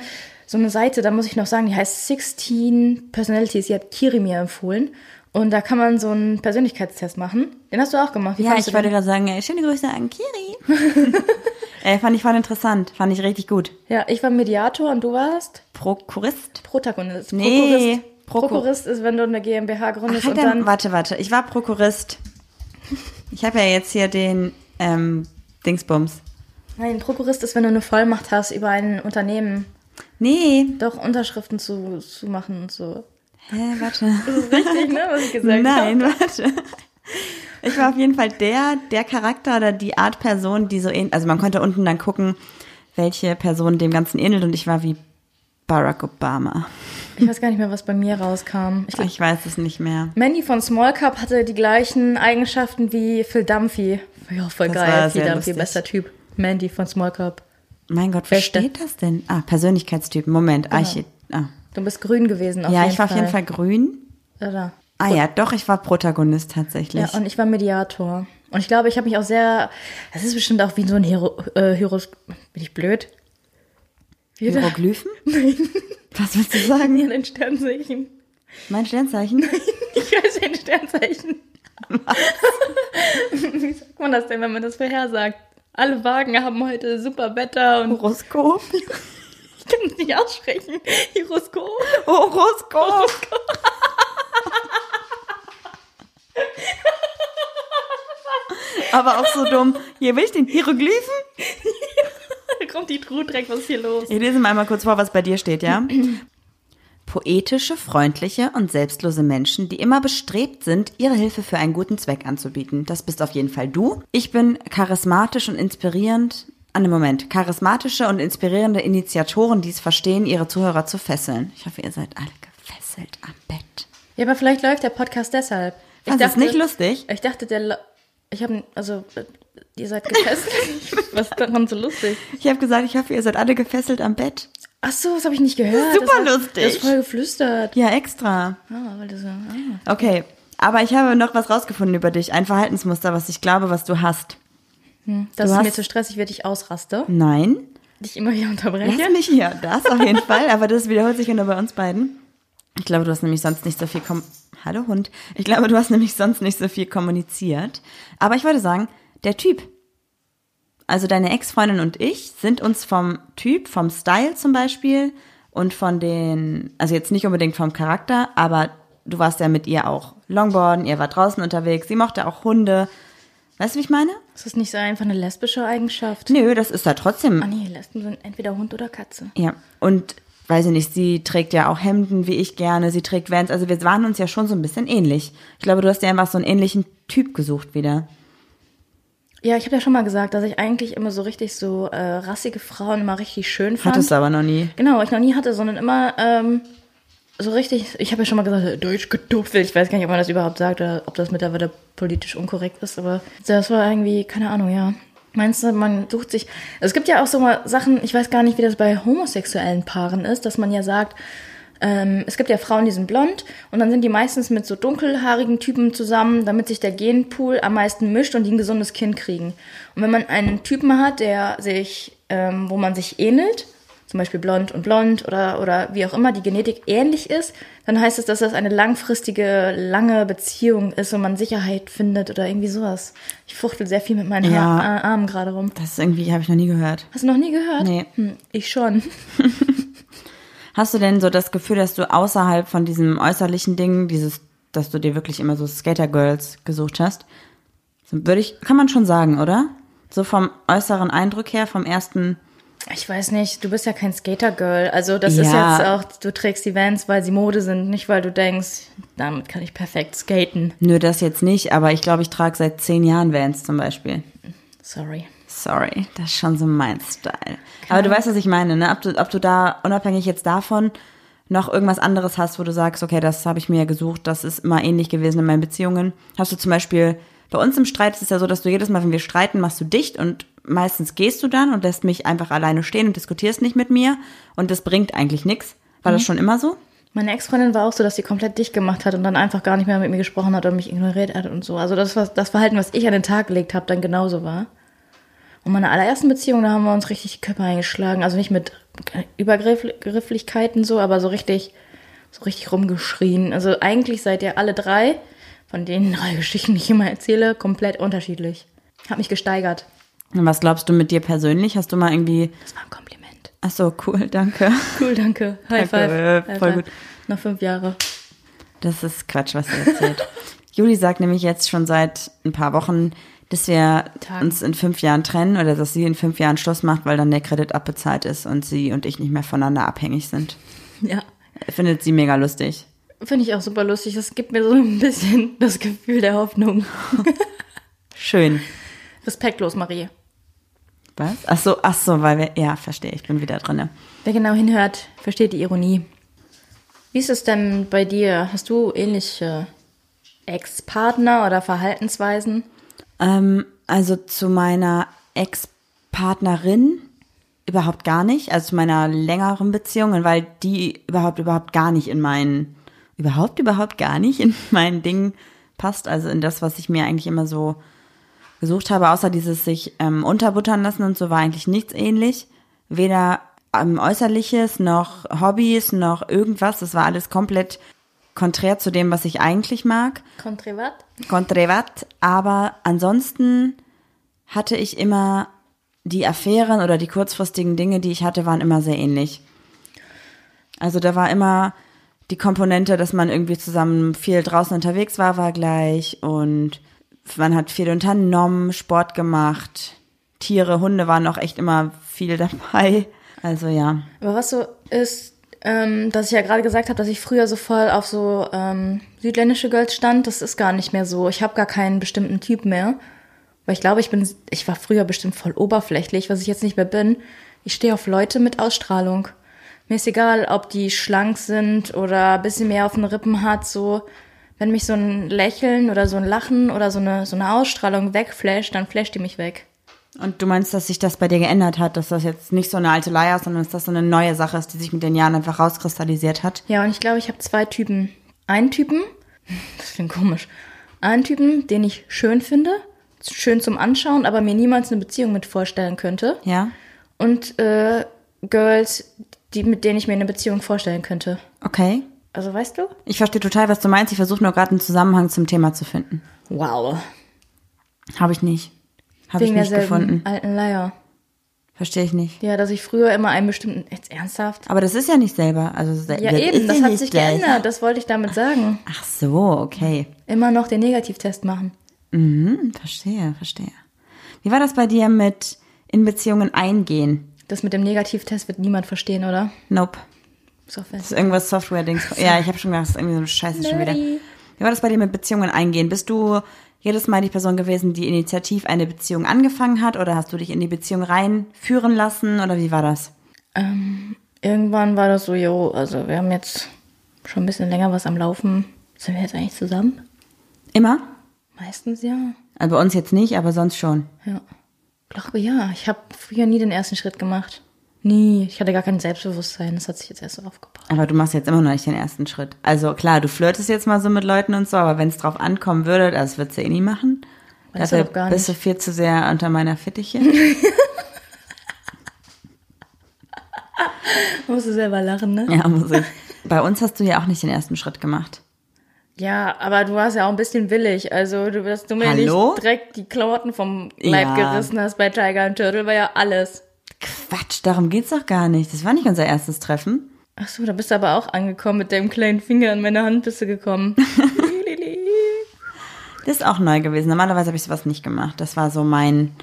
so eine Seite, da muss ich noch sagen, die heißt 16 Personalities. Die hat Kiri mir empfohlen. Und da kann man so einen Persönlichkeitstest machen. Den hast du auch gemacht. Wie Ja, fandest ich du wollte den? gerade sagen, ey, schöne Grüße an Kiri. [laughs] ey, fand ich voll interessant, fand ich richtig gut. ja, ich war Mediator und du warst Prokurist? Protagonist. Nee, Prokurist. Proko- Prokurist ist, wenn du eine GmbH gründest Halt und dann. dann, warte, warte, ich war Prokurist. Ich habe ja jetzt hier den ähm, Dingsbums. Nein, Prokurist ist, wenn du eine Vollmacht hast, über ein Unternehmen Nee, doch Unterschriften zu, zu machen und so. [laughs] hä, warte. Das ist richtig, ne, was ich gesagt habe. Nein, warte. Ich war auf jeden Fall der, der Charakter oder die Art Person, die so ähnlich. Also man konnte unten dann gucken, welche Person dem Ganzen ähnelt und ich war wie Barack Obama. Ich weiß gar nicht mehr, was bei mir rauskam. Ich glaub, Ich weiß es nicht mehr. Mandy von Small Cup hatte die gleichen Eigenschaften wie Phil Dumphy. Ja, voll Das geil. war Phil sehr Dumphy, lustig. bester Typ. Mandy von Small Cup. Mein Gott, wo Beste. steht das denn? Ah, Persönlichkeitstyp. Moment, Archit. Ah. Du bist grün gewesen auf Ja, jeden ich war auf jeden Fall grün. Oder? Ah ja, doch, ich war Protagonist Ja, tatsächlich. und ich war Mediator. Und ich glaube, ich habe mich auch sehr. Das ist bestimmt auch wie so ein Hero. Äh, Heros, bin ich blöd? Wie da- Hieroglyphen? [laughs] Was willst du sagen? Ja, dein Sternzeichen. Mein [laughs] Sternzeichen? Ich weiß dein Sternzeichen. wie sagt man das denn, wenn man das vorhersagt? Alle Wagen haben heute super Wetter und Horoskop? [laughs] Ich kann es nicht aussprechen. Horoskop. [laughs] Horoskop! Aber auch so dumm. Hier will ich den Hieroglyphen. Da kommt die Truhe direkt, was ist hier los? Ich lese mal einmal kurz vor, was bei dir steht, ja? [clears throat] Poetische, freundliche und selbstlose Menschen, die immer bestrebt sind, ihre Hilfe für einen guten Zweck anzubieten. Das bist auf jeden Fall du. Ich bin charismatisch und inspirierend. An dem Moment. Charismatische und inspirierende Initiatoren, die es verstehen, ihre Zuhörer zu fesseln. Ich hoffe, ihr seid alle gefesselt am Bett. Ja, aber vielleicht läuft der Podcast deshalb. Fandst du das nicht lustig? Ich dachte, der. Lo- Ich habe. Also, äh, ihr seid getestet. [laughs] was ist daran so lustig? Ich habe gesagt, ich hoffe, ihr seid alle gefesselt am Bett. Ach so, das habe ich nicht gehört. Super das war- lustig. Das ist voll geflüstert. Ja, extra. Ah, weil das, so- ah. Okay, aber ich habe noch was rausgefunden über dich. Ein Verhaltensmuster, was ich glaube, was du hast. Das Du ist hast- mir zu stressig, wenn ich ausraste. Nein, Dich immer wieder lass unterbreche. mich hier. Das auf jeden Fall, aber das wiederholt sich ja nur bei uns beiden. Ich glaube, du hast nämlich sonst nicht so viel kom Hallo Hund. Ich glaube, du hast nämlich sonst nicht so viel kommuniziert. Aber ich würde sagen, der Typ. Also deine Ex-Freundin und ich sind uns vom Typ, vom Style zum Beispiel und von den, also jetzt nicht unbedingt vom Charakter, aber du warst ja mit ihr auch Longboarden, ihr war draußen unterwegs, sie mochte auch Hunde. Weißt du, wie ich meine? Ist das nicht so einfach eine lesbische Eigenschaft? Nö, das ist ja Ah trotzdem. nee, Lesben sind entweder Hund oder Katze. Ja. Und weiß ich nicht, sie trägt ja auch Hemden wie ich gerne, sie trägt Vans. Also wir waren uns ja schon so ein bisschen ähnlich. Ich glaube, du hast ja einfach so einen ähnlichen Typ gesucht wieder. Ja, ich habe ja schon mal gesagt, dass ich eigentlich immer so richtig so äh, rassige Frauen immer richtig schön fand. Hattest du aber noch nie. Genau, ich noch nie hatte, sondern immer ähm, so richtig, ich habe ja schon mal gesagt, äh, deutsch geduftelt. Ich weiß gar nicht, ob man das überhaupt sagt oder ob das mittlerweile politisch unkorrekt ist, aber das war irgendwie, keine Ahnung, ja. Meinst du, man sucht sich. Es gibt ja auch so mal Sachen, ich weiß gar nicht, wie das bei homosexuellen Paaren ist, dass man ja sagt, ähm, es gibt ja Frauen, die sind blond und dann sind die meistens mit so dunkelhaarigen Typen zusammen, damit sich der Genpool am meisten mischt und die ein gesundes Kind kriegen. Und wenn man einen Typen hat, der sich, ähm, wo man sich ähnelt, zum Beispiel blond und blond oder, oder wie auch immer die Genetik ähnlich ist, dann heißt es, dass das eine langfristige, lange Beziehung ist und man Sicherheit findet oder irgendwie sowas. Ich fuchtel sehr viel mit meinen Ja. Haar- äh, Armen gerade rum. Das ist irgendwie habe ich noch nie gehört. Hast du noch nie gehört? Nee. Hm, ich schon. Hast du denn so das Gefühl, dass du außerhalb von diesem äußerlichen Ding, dieses, dass du dir wirklich immer so Skatergirls gesucht hast? So würde ich, kann man schon sagen, oder? So vom äußeren Eindruck her, vom ersten Ich weiß nicht, du bist ja kein Skater-Girl. Also das ist Ja. jetzt auch, du trägst die Vans, weil sie Mode sind, nicht weil du denkst, damit kann ich perfekt skaten. Nö, das jetzt nicht, aber ich glaube, ich trage seit zehn Jahren Vans zum Beispiel. Sorry. Sorry, das ist schon so mein Style. Aber du weißt, was ich meine, ne? Ob du, ob du da unabhängig jetzt davon noch irgendwas anderes hast, wo du sagst, okay, das habe ich mir gesucht, das ist immer ähnlich gewesen in meinen Beziehungen. Hast du zum Beispiel, bei uns im Streit ist es ja so, dass du jedes Mal, wenn wir streiten, machst du dicht und meistens gehst du dann und lässt mich einfach alleine stehen und diskutierst nicht mit mir und das bringt eigentlich nichts. War das schon immer so? Meine Ex-Freundin war auch so, dass sie komplett dicht gemacht hat und dann einfach gar nicht mehr mit mir gesprochen hat und mich ignoriert hat und so. Also das, was, das Verhalten, was ich an den Tag gelegt habe, dann genauso war. Und meine allerersten Beziehung, da haben wir uns richtig die Köpfe eingeschlagen. Also nicht mit Übergrifflichkeiten so, aber so richtig, so richtig rumgeschrien. Also eigentlich seid ihr alle drei, von denen [laughs] drei Geschichten, die ich immer erzähle, komplett unterschiedlich. Hab mich gesteigert. Und was glaubst du mit dir persönlich? Hast du mal irgendwie, Das war ein Kompliment. ach so, cool, danke. Cool, danke. Danke, High five. äh, voll Alter. gut. Noch fünf Jahre. Das ist Quatsch, was ihr erzählt. Juli sagt nämlich jetzt schon seit ein paar Wochen, dass wir Tagen. uns in fünf Jahren trennen oder dass sie in fünf Jahren Schluss macht, weil dann der Kredit abbezahlt ist und sie und ich nicht mehr voneinander abhängig sind. Ja. Findet sie mega lustig. Finde ich auch super lustig. Das gibt mir so ein bisschen [laughs] das Gefühl der Hoffnung. Schön. Respektlos, Marie. Was? Ach so, ach so, weil wir, ja, verstehe, ich bin wieder drinne. Wer genau hinhört, versteht die Ironie. Wie ist es denn bei dir? Hast du ähnliche Ex-Partner oder Verhaltensweisen? Ähm, also zu meiner Ex-Partnerin überhaupt gar nicht, also zu meiner längeren Beziehung, und weil die überhaupt, überhaupt gar nicht in meinen, überhaupt, überhaupt gar nicht in [laughs] mein Ding passt, also in das, was ich mir eigentlich immer so gesucht habe, außer dieses sich ähm, unterbuttern lassen und so, war eigentlich nichts ähnlich. Weder ähm, äußerliches noch Hobbys noch irgendwas, das war alles komplett konträr zu dem, was ich eigentlich mag. Contrevat? Contrevat, aber ansonsten hatte ich immer die Affären oder die kurzfristigen Dinge, die ich hatte, waren immer sehr ähnlich. Also da war immer die Komponente, dass man irgendwie zusammen viel draußen unterwegs war, war gleich und man hat viel unternommen, Sport gemacht, Tiere, Hunde waren auch echt immer viel [laughs] dabei. Also ja. Aber was so ist, ähm, dass ich ja gerade gesagt habe, dass ich früher so voll auf so ähm, südländische Girls stand, das ist gar nicht mehr so. Ich habe gar keinen bestimmten Typ mehr. Weil ich glaube, ich bin, ich war früher bestimmt voll oberflächlich, was ich jetzt nicht mehr bin. Ich stehe auf Leute mit Ausstrahlung. Mir ist egal, ob die schlank sind oder ein bisschen mehr auf den Rippen hat, so. Wenn mich so ein Lächeln oder so ein Lachen oder so eine, so eine Ausstrahlung wegflasht, dann flasht die mich weg. Und du meinst, dass sich das bei dir geändert hat, dass das jetzt nicht so eine alte Leier ist, sondern dass das so eine neue Sache ist, die sich mit den Jahren einfach rauskristallisiert hat? Ja, und ich glaube, ich habe zwei Typen. Einen Typen, [laughs] das klingt komisch, einen Typen, den ich schön finde, schön zum Anschauen, aber mir niemals eine Beziehung mit vorstellen könnte. Ja? Und äh, Girls, die, mit denen ich mir eine Beziehung vorstellen könnte. Okay. Also weißt du? Ich verstehe total, was du meinst. Ich versuche nur gerade einen Zusammenhang zum Thema zu finden. Wow. Habe ich nicht. Habe ich Wegen nicht derselben gefunden. alten Leier. Verstehe ich nicht. Ja, dass ich früher immer einen bestimmten. Jetzt ernsthaft? Aber das ist ja nicht selber. Also se- Ja, das eben, ist das hat nicht sich gleich. geändert. Das wollte ich damit sagen. Ach so, okay. Immer noch den Negativtest machen. Mhm, verstehe, verstehe. Wie war das bei dir mit in Beziehungen eingehen? Das mit dem Negativtest wird niemand verstehen, oder? Nope. So Das ist irgendwas Software-Dings. Ja, ich habe schon gedacht, das ist irgendwie so eine Scheiße schon wieder. Nerdy. Wie war das bei dir mit Beziehungen eingehen? Bist du jedes Mal die Person gewesen, die initiativ eine Beziehung angefangen hat? Oder hast du dich in die Beziehung reinführen lassen? Oder wie war das? Ähm, irgendwann war das so, jo, also wir haben jetzt schon ein bisschen länger was am Laufen. Sind wir jetzt eigentlich zusammen? Immer? Meistens ja. Also bei uns jetzt nicht, aber sonst schon. Ja. Glaube ja. Ich habe früher nie den ersten Schritt gemacht. Nie. Ich hatte gar kein Selbstbewusstsein. Das hat sich jetzt erst so aufgebaut. Aber du machst jetzt immer noch nicht den ersten Schritt. Also klar, du flirtest jetzt mal so mit Leuten und so, aber wenn es drauf ankommen würde, das würdest du eh nie machen. Weißt du Dafür doch gar bist du viel zu sehr unter meiner [laughs] Fittiche. Musst du selber lachen, ne? ja, muss ich. Bei uns hast du ja auch nicht den ersten Schritt gemacht. Ja, aber du warst ja auch ein bisschen willig. Also, du, dass du mir Hallo? nicht direkt die Klamotten vom Leib Ja. gerissen hast bei Tiger und Turtle, war ja alles. Quatsch, darum geht's doch gar nicht. Das war nicht unser erstes Treffen. Ach so, da bist du aber auch angekommen. Mit deinem kleinen Finger in meine Hand bist du gekommen. Das ist auch neu gewesen. Normalerweise habe ich sowas nicht gemacht. Das war so mein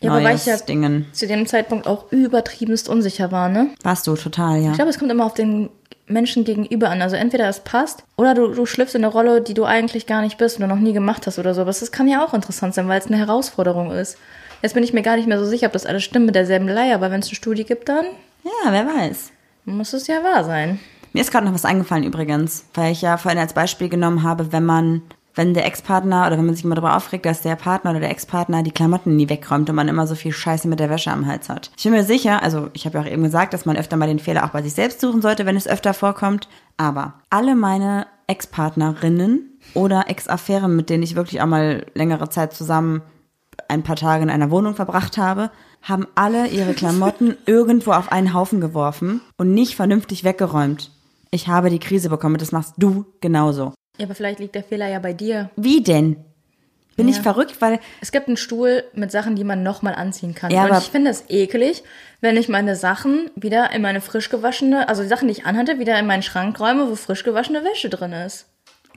Ja, neues wobei ich ja Dingen. zu dem Zeitpunkt auch übertriebenst unsicher war, ne? Warst du total, ja. Ich glaube, es kommt immer auf den Menschen gegenüber an. Also entweder es passt oder du, du schlüpfst in eine Rolle, die du eigentlich gar nicht bist oder noch nie gemacht hast oder so. Aber das kann ja auch interessant sein, weil es eine Herausforderung ist. Jetzt bin ich mir gar nicht mehr so sicher, ob das alles stimmt mit derselben Leier, aber wenn es eine Studie gibt, dann Ja, wer weiß. muss es ja wahr sein. Mir ist gerade noch was eingefallen übrigens, weil ich ja vorhin als Beispiel genommen habe, wenn man, wenn der Ex-Partner oder wenn man sich immer darüber aufregt, dass der Partner oder der Ex-Partner die Klamotten nie wegräumt und man immer so viel Scheiße mit der Wäsche am Hals hat. Ich bin mir sicher, also ich habe ja auch eben gesagt, dass man öfter mal den Fehler auch bei sich selbst suchen sollte, wenn es öfter vorkommt. Aber alle meine Ex-Partnerinnen oder Ex-Affären, mit denen ich wirklich auch mal längere Zeit zusammen ein paar Tage in einer Wohnung verbracht habe, haben alle ihre [laughs] Klamotten irgendwo auf einen Haufen geworfen und nicht vernünftig weggeräumt. Ich habe die Krise bekommen, das machst du genauso. Ja, aber vielleicht liegt der Fehler ja bei dir. Wie denn? Bin ich verrückt, weil Es gibt einen Stuhl mit Sachen, die man nochmal anziehen kann. Ja, und aber- ich finde es eklig, wenn ich meine Sachen wieder in meine frisch gewaschene, also die Sachen, die ich anhatte, wieder in meinen Schrank räume, wo frisch gewaschene Wäsche drin ist.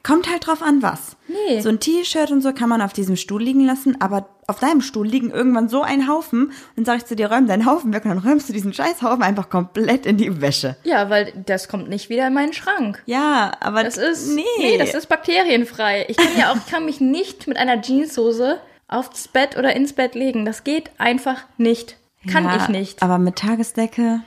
kommt halt drauf an, was. Nee. So ein T-Shirt und so kann man auf diesem Stuhl liegen lassen, aber auf deinem Stuhl liegen irgendwann so ein Haufen und dann sag ich zu dir, räum deinen Haufen weg und dann räumst du diesen Scheißhaufen einfach komplett in die Wäsche. Ja, weil das kommt nicht wieder in meinen Schrank. Ja, aber Das ist. Nee. das ist bakterienfrei. Ich kann ja auch, ich kann mich nicht mit einer Jeanshose aufs Bett oder ins Bett legen. Das geht einfach nicht. Kann ja, ich nicht. [laughs] Aber mit Tagesdecke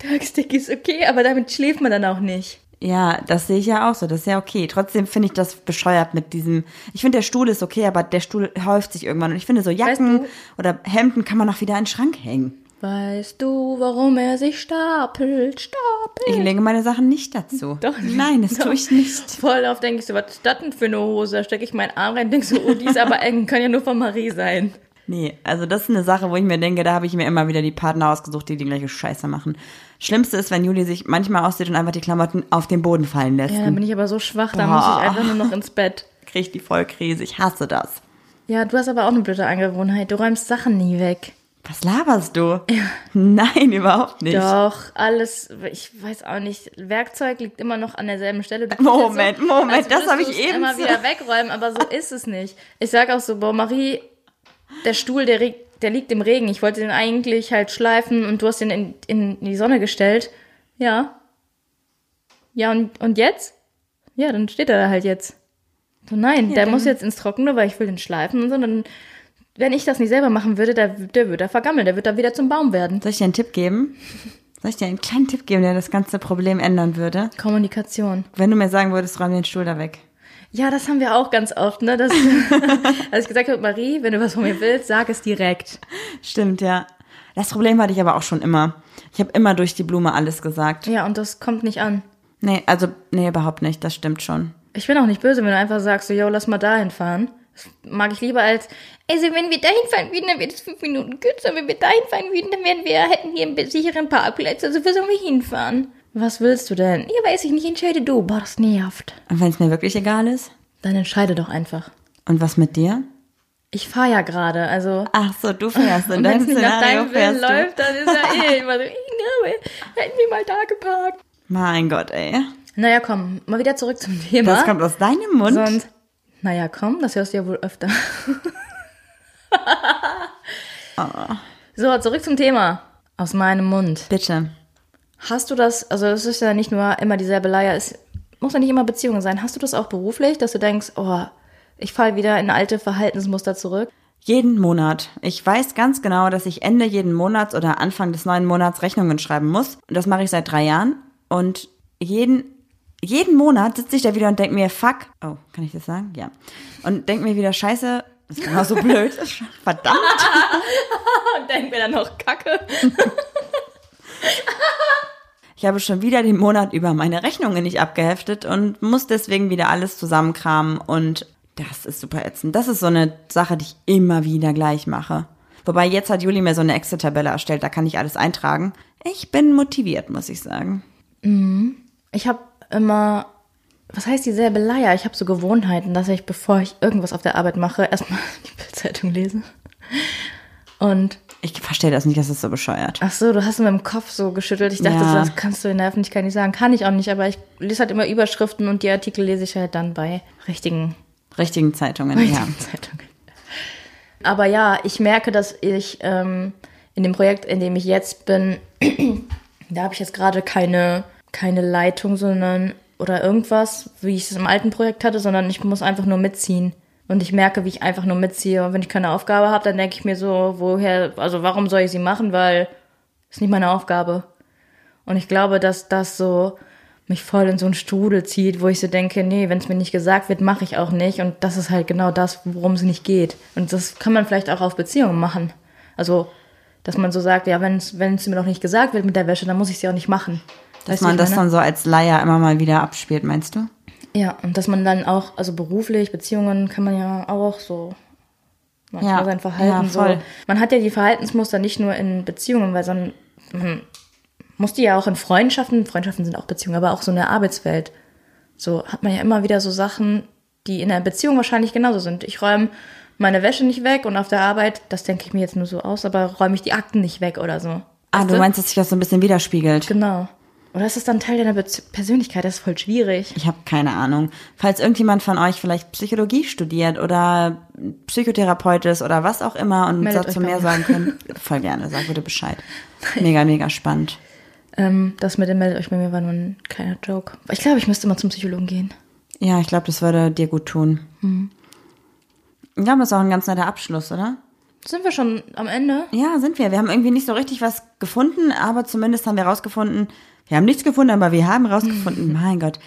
Tagsdick ist okay, aber damit schläft man dann auch nicht. Ja, das sehe ich ja auch so. Das ist ja okay. Trotzdem finde ich das bescheuert mit diesem. Ich finde, der Stuhl ist okay, aber der Stuhl häuft sich irgendwann. Und ich finde, so Jacken Weißt oder Hemden kann man auch wieder in den Schrank hängen. Weißt du, warum er sich stapelt? Stapelt. Ich lege meine Sachen nicht dazu. Doch. Nein, das tue ich nicht. Voll oft denke ich so, was ist das denn für eine Hose? Da stecke ich meinen Arm rein und denke so, oh, die ist aber eng, kann ja nur von Marie sein. Nee, also das ist eine Sache, wo ich mir denke, da habe ich mir immer wieder die Partner ausgesucht, die die gleiche Scheiße machen. Schlimmste ist, wenn Juli sich manchmal aussieht und einfach die Klamotten auf den Boden fallen lässt. Ja, Ja. dann bin ich aber so schwach, da muss Boah. ich einfach nur noch ins Bett. Kriege ich die Vollkrise. Ich hasse das. Ja, du hast aber auch eine blöde Angewohnheit. Du räumst Sachen nie weg. Was laberst du? [laughs] Nein, überhaupt nicht. Doch, alles, ich weiß auch nicht. Werkzeug liegt immer noch an derselben Stelle. Du Moment, tust jetzt Moment, als das würdest habe du ich es eben immer so- wieder wegräumen, aber so ist es nicht. Ich sage auch so, boah, Marie, der Stuhl, der, reg- der liegt im Regen. Ich wollte den eigentlich halt schleifen und du hast den in, in die Sonne gestellt. Ja. Ja, und, und jetzt? Ja, dann steht er da halt jetzt. So, nein, der muss jetzt ins Trockene, weil ich will den schleifen und so. Und Dann, wenn ich das nicht selber machen würde, der, der würde da vergammeln, der wird da wieder zum Baum werden. Soll ich dir einen Tipp geben? Soll ich dir einen kleinen Tipp geben, der das ganze Problem ändern würde? Kommunikation. Wenn du mir sagen würdest, räum den Stuhl da weg. Ja, das haben wir auch ganz oft, ne? Dass, [laughs] als ich gesagt habe, Marie, wenn du was von mir willst, sag es direkt. Stimmt, ja. Das Problem hatte ich aber auch schon immer. Ich habe immer durch die Blume alles gesagt. Ja, und das kommt nicht an. Nee, also, nee, überhaupt nicht. Das stimmt schon. Ich bin auch nicht böse, wenn du einfach sagst, so, yo, lass mal dahin fahren. Das mag ich lieber als, also wenn wir dahin fahren würden, dann wäre das fünf Minuten kürzer. Wenn wir dahin fahren würden, dann wären wir, hätten wir einen sicheren Parkplatz. Also wo sollen wir hinfahren? Was willst du denn? Ja, weiß ich nicht, entscheide du. Boah, das nervt. Und wenn es mir wirklich egal ist? Dann entscheide doch einfach. Und was mit dir? Ich fahre ja gerade, also Ach so, du fährst. In Und wenn deinem es nicht nach Szenario deinem Willen fährst du. läuft, dann ist er eh immer so, ich glaube, hätten wir mal da geparkt. Mein Gott, ey. Naja, komm, mal wieder zurück zum Thema. Das kommt aus deinem Mund. Sonst, naja, komm, das hörst du ja wohl [laughs] öfter. Ah. So, zurück zum Thema. Aus meinem Mund. Bitte. Hast du das, also es ist ja nicht nur immer dieselbe Leier, es muss ja nicht immer Beziehungen sein. Hast du das auch beruflich, dass du denkst, oh, ich falle wieder in alte Verhaltensmuster zurück? Jeden Monat. Ich weiß ganz genau, dass ich Ende jeden Monats oder Anfang des neuen Monats Rechnungen schreiben muss. Und das mache ich seit drei Jahren. Und jeden, jeden Monat sitze ich da wieder und denke mir, fuck, oh, kann ich das sagen? Ja. Und denke mir wieder, scheiße, das ist genauso [laughs] blöd. Verdammt. Und denk mir dann noch Kacke. Ich habe schon wieder den Monat über meine Rechnungen nicht abgeheftet und muss deswegen wieder alles zusammenkramen und das ist super ätzend. Das ist so eine Sache, die ich immer wieder gleich mache. Wobei jetzt hat Juli mir so eine Excel-Tabelle erstellt, da kann ich alles eintragen. Ich bin motiviert, muss ich sagen. Ich habe immer, was heißt dieselbe Leier? Ich habe so Gewohnheiten, dass ich, bevor ich irgendwas auf der Arbeit mache, erstmal [laughs] die Bildzeitung lese. Und, Ich verstehe das nicht, das ist so bescheuert. ach so, du hast mit dem Kopf so geschüttelt. Ich dachte, Ja. so, das kannst du in der Öffentlichkeit nicht sagen. Kann ich auch nicht, aber ich lese halt immer Überschriften und die Artikel lese ich halt dann bei richtigen, Richtigen Zeitungen, richtigen ja. Zeitungen. Aber ja, ich merke, dass ich ähm, in dem Projekt, in dem ich jetzt bin, [clears throat] da habe ich jetzt gerade keine, keine Leitung, sondern oder irgendwas, wie ich es im alten Projekt hatte, sondern ich muss einfach nur mitziehen. Und ich merke, wie ich einfach nur mitziehe. Und wenn ich keine Aufgabe habe, dann denke ich mir so, woher, also warum soll ich sie machen? Weil ist nicht meine Aufgabe. Und ich glaube, dass das so mich voll in so einen Strudel zieht, wo ich so denke, nee, wenn es mir nicht gesagt wird, mache ich auch nicht. Und das ist halt genau das, worum es nicht geht. Und das kann man vielleicht auch auf Beziehungen machen. Also, dass man so sagt, ja, wenn es mir noch nicht gesagt wird mit der Wäsche, dann muss ich sie auch nicht machen. Dass Weißt du, man ich das meine? dann so als Leier immer mal wieder abspielt, meinst du? Ja, und dass man dann auch, also beruflich, Beziehungen kann man ja auch so manchmal Ja, sein Verhalten ja, so. voll. Man hat ja die Verhaltensmuster nicht nur in Beziehungen, weil sondern man muss die ja auch in Freundschaften, Freundschaften sind auch Beziehungen, aber auch so in der Arbeitswelt. So hat man ja immer wieder so Sachen, die in der Beziehung wahrscheinlich genauso sind. Ich räume meine Wäsche nicht weg und auf der Arbeit, das denke ich mir jetzt nur so aus, aber räume ich die Akten nicht weg oder so. Ah, Weißt du meinst, dass sich das so ein bisschen widerspiegelt? Genau. Oder ist das dann Teil deiner Bez- Persönlichkeit? Das ist voll schwierig. Ich habe keine Ahnung. Falls irgendjemand von euch vielleicht Psychologie studiert oder Psychotherapeut ist oder was auch immer und Meldet dazu euch bei mehr mir. sagen könnt, [laughs] voll gerne, sag bitte Bescheid. Mega, mega spannend. Ähm, das mit dem meldet euch bei mir war nur ein kleiner Joke. Ich glaube, ich müsste mal zum Psychologen gehen. Ja, ich glaube, das würde dir gut tun. Hm. Ich glaube, das ist auch ein ganz netter Abschluss, oder? Sind wir schon am Ende? Ja, sind wir. Wir haben irgendwie nicht so richtig was gefunden, aber zumindest haben wir rausgefunden, wir haben nichts gefunden, aber wir haben [laughs] rausgefunden, mein Gott,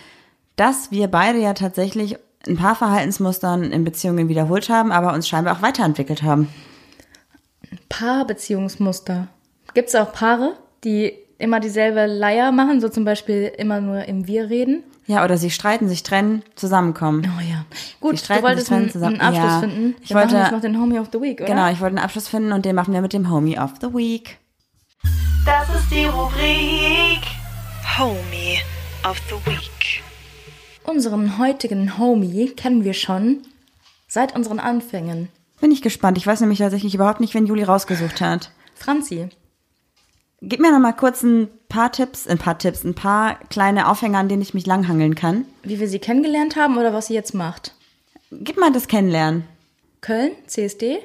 dass wir beide ja tatsächlich ein paar Verhaltensmustern in Beziehungen wiederholt haben, aber uns scheinbar auch weiterentwickelt haben. Paarbeziehungsmuster. Gibt es auch Paare, die immer dieselbe Leier machen, so zum Beispiel immer nur im Wir reden? Ja, oder sie streiten, sich trennen, zusammenkommen. Oh ja. Die Gut, streiten du wolltest sich dann einen, zusammen. einen Abschluss Ja. finden. Ich Wir machen wollte- jetzt noch den Homie of the Week, oder? Genau, ich wollte einen Abschluss finden und den machen wir mit dem Homie of the Week. Das ist die Rubrik Homie of the Week. Unseren heutigen Homie kennen wir schon seit unseren Anfängen. Bin ich gespannt. Ich weiß nämlich tatsächlich überhaupt nicht, wen Juli rausgesucht hat. Franzi. Gib mir noch mal kurz ein paar Tipps, ein paar Tipps, ein paar kleine Aufhänger, an denen ich mich langhangeln kann. Wie wir sie kennengelernt haben oder was sie jetzt macht? Gib mal das Kennenlernen. Köln, CSD?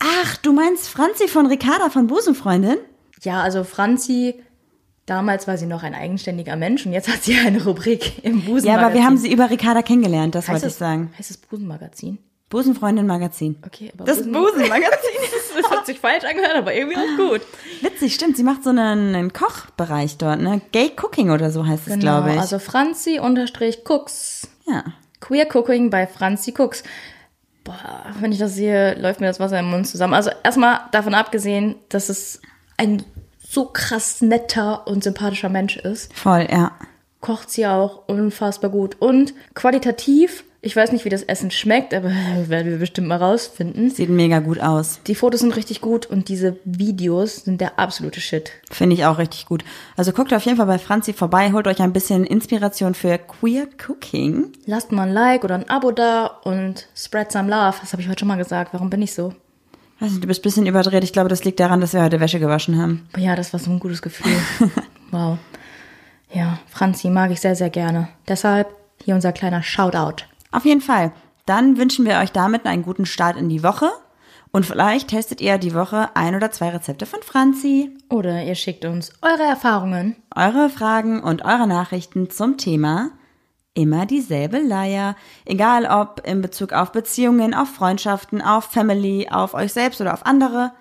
Ach, du meinst Franzi von Ricarda von Busenfreundin? Ja, also Franzi, damals war sie noch ein eigenständiger Mensch und jetzt hat sie eine Rubrik im Busenmagazin. Ja, aber wir haben sie über Ricarda kennengelernt, das heißt wollte ich es, sagen. Heißt es Busenmagazin? Busenfreundin Magazin. Okay, aber Das Äh, Busen- [laughs] Busenmagazin. [laughs] Das hat sich falsch angehört, aber irgendwie auch gut. Witzig, stimmt. Sie macht so einen, einen Kochbereich dort, ne? Gay Cooking oder so heißt es, glaube ich. also Franzi unterstrich Cooks. ja. Queer Cooking bei Franzi Cooks. Boah, wenn ich das sehe, läuft mir das Wasser im Mund zusammen. Also erstmal davon abgesehen, dass es ein so krass netter und sympathischer Mensch ist. Voll, ja. kocht sie auch unfassbar gut. Und qualitativ, ich weiß nicht, wie das Essen schmeckt, aber [laughs] werden wir bestimmt mal rausfinden. Sieht mega gut aus. Die Fotos sind richtig gut und diese Videos sind der absolute Shit. Finde ich auch richtig gut. Also guckt auf jeden Fall bei Franzi vorbei, holt euch ein bisschen Inspiration für Queer Cooking. Lasst mal ein Like oder ein Abo da und spread some love. Das habe ich heute schon mal gesagt. Warum bin ich so? Weiß nicht, du bist ein bisschen überdreht. Ich glaube, das liegt daran, dass wir heute Wäsche gewaschen haben. Aber ja, das war so ein gutes Gefühl. wow. Ja, Franzi mag ich sehr, sehr gerne. Deshalb hier unser kleiner Shoutout. Auf jeden Fall. Dann wünschen wir euch damit einen guten Start in die Woche. Und vielleicht testet ihr die Woche ein oder zwei Rezepte von Franzi. Oder ihr schickt uns eure Erfahrungen. Eure Fragen und eure Nachrichten zum Thema immer dieselbe Leier. Egal ob in Bezug auf Beziehungen, auf Freundschaften, auf Family, auf euch selbst oder auf andere.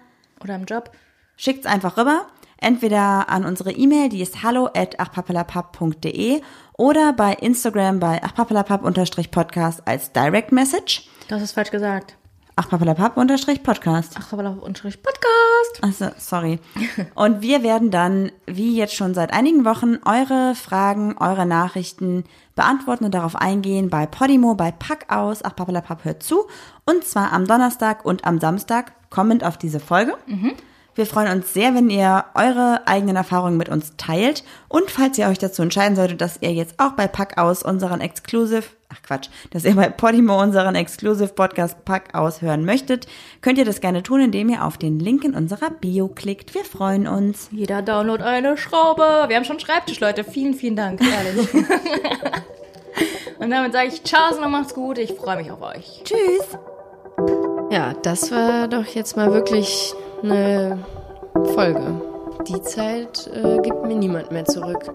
Oder im Job. Schickt's einfach rüber. Entweder an unsere E-Mail, die ist hallo at achpapalapap.de oder bei Instagram bei achpapalapap-podcast als Direct Message. Das ist falsch gesagt. achpapalapap-podcast. Ach, aber auf Unterricht Podcast. Also, sorry. Und wir werden dann, wie jetzt schon seit einigen Wochen, eure Fragen, eure Nachrichten beantworten und darauf eingehen bei Podimo, bei Pack aus, ach Papalapap hört zu. Und zwar am Donnerstag und am Samstag kommend auf diese Folge. Wir freuen uns sehr, wenn ihr eure eigenen Erfahrungen mit uns teilt. Und falls ihr euch dazu entscheiden solltet, dass ihr jetzt auch bei Pack aus unseren Exclusive, ach Quatsch, dass ihr bei Podimo unseren Exclusive Podcast Pack aus hören möchtet, könnt ihr das gerne tun, indem ihr auf den Link in unserer Bio klickt. Wir freuen uns. Jeder Download eine Schraube. Wir haben schon einen Schreibtisch, Leute. Vielen, vielen Dank. Ehrlich. Und damit sage ich Tschau und macht's gut. Ich freue mich auf euch. Tschüss! Ja, das war doch jetzt mal wirklich eine Folge. Die Zeit äh, gibt mir niemand mehr zurück.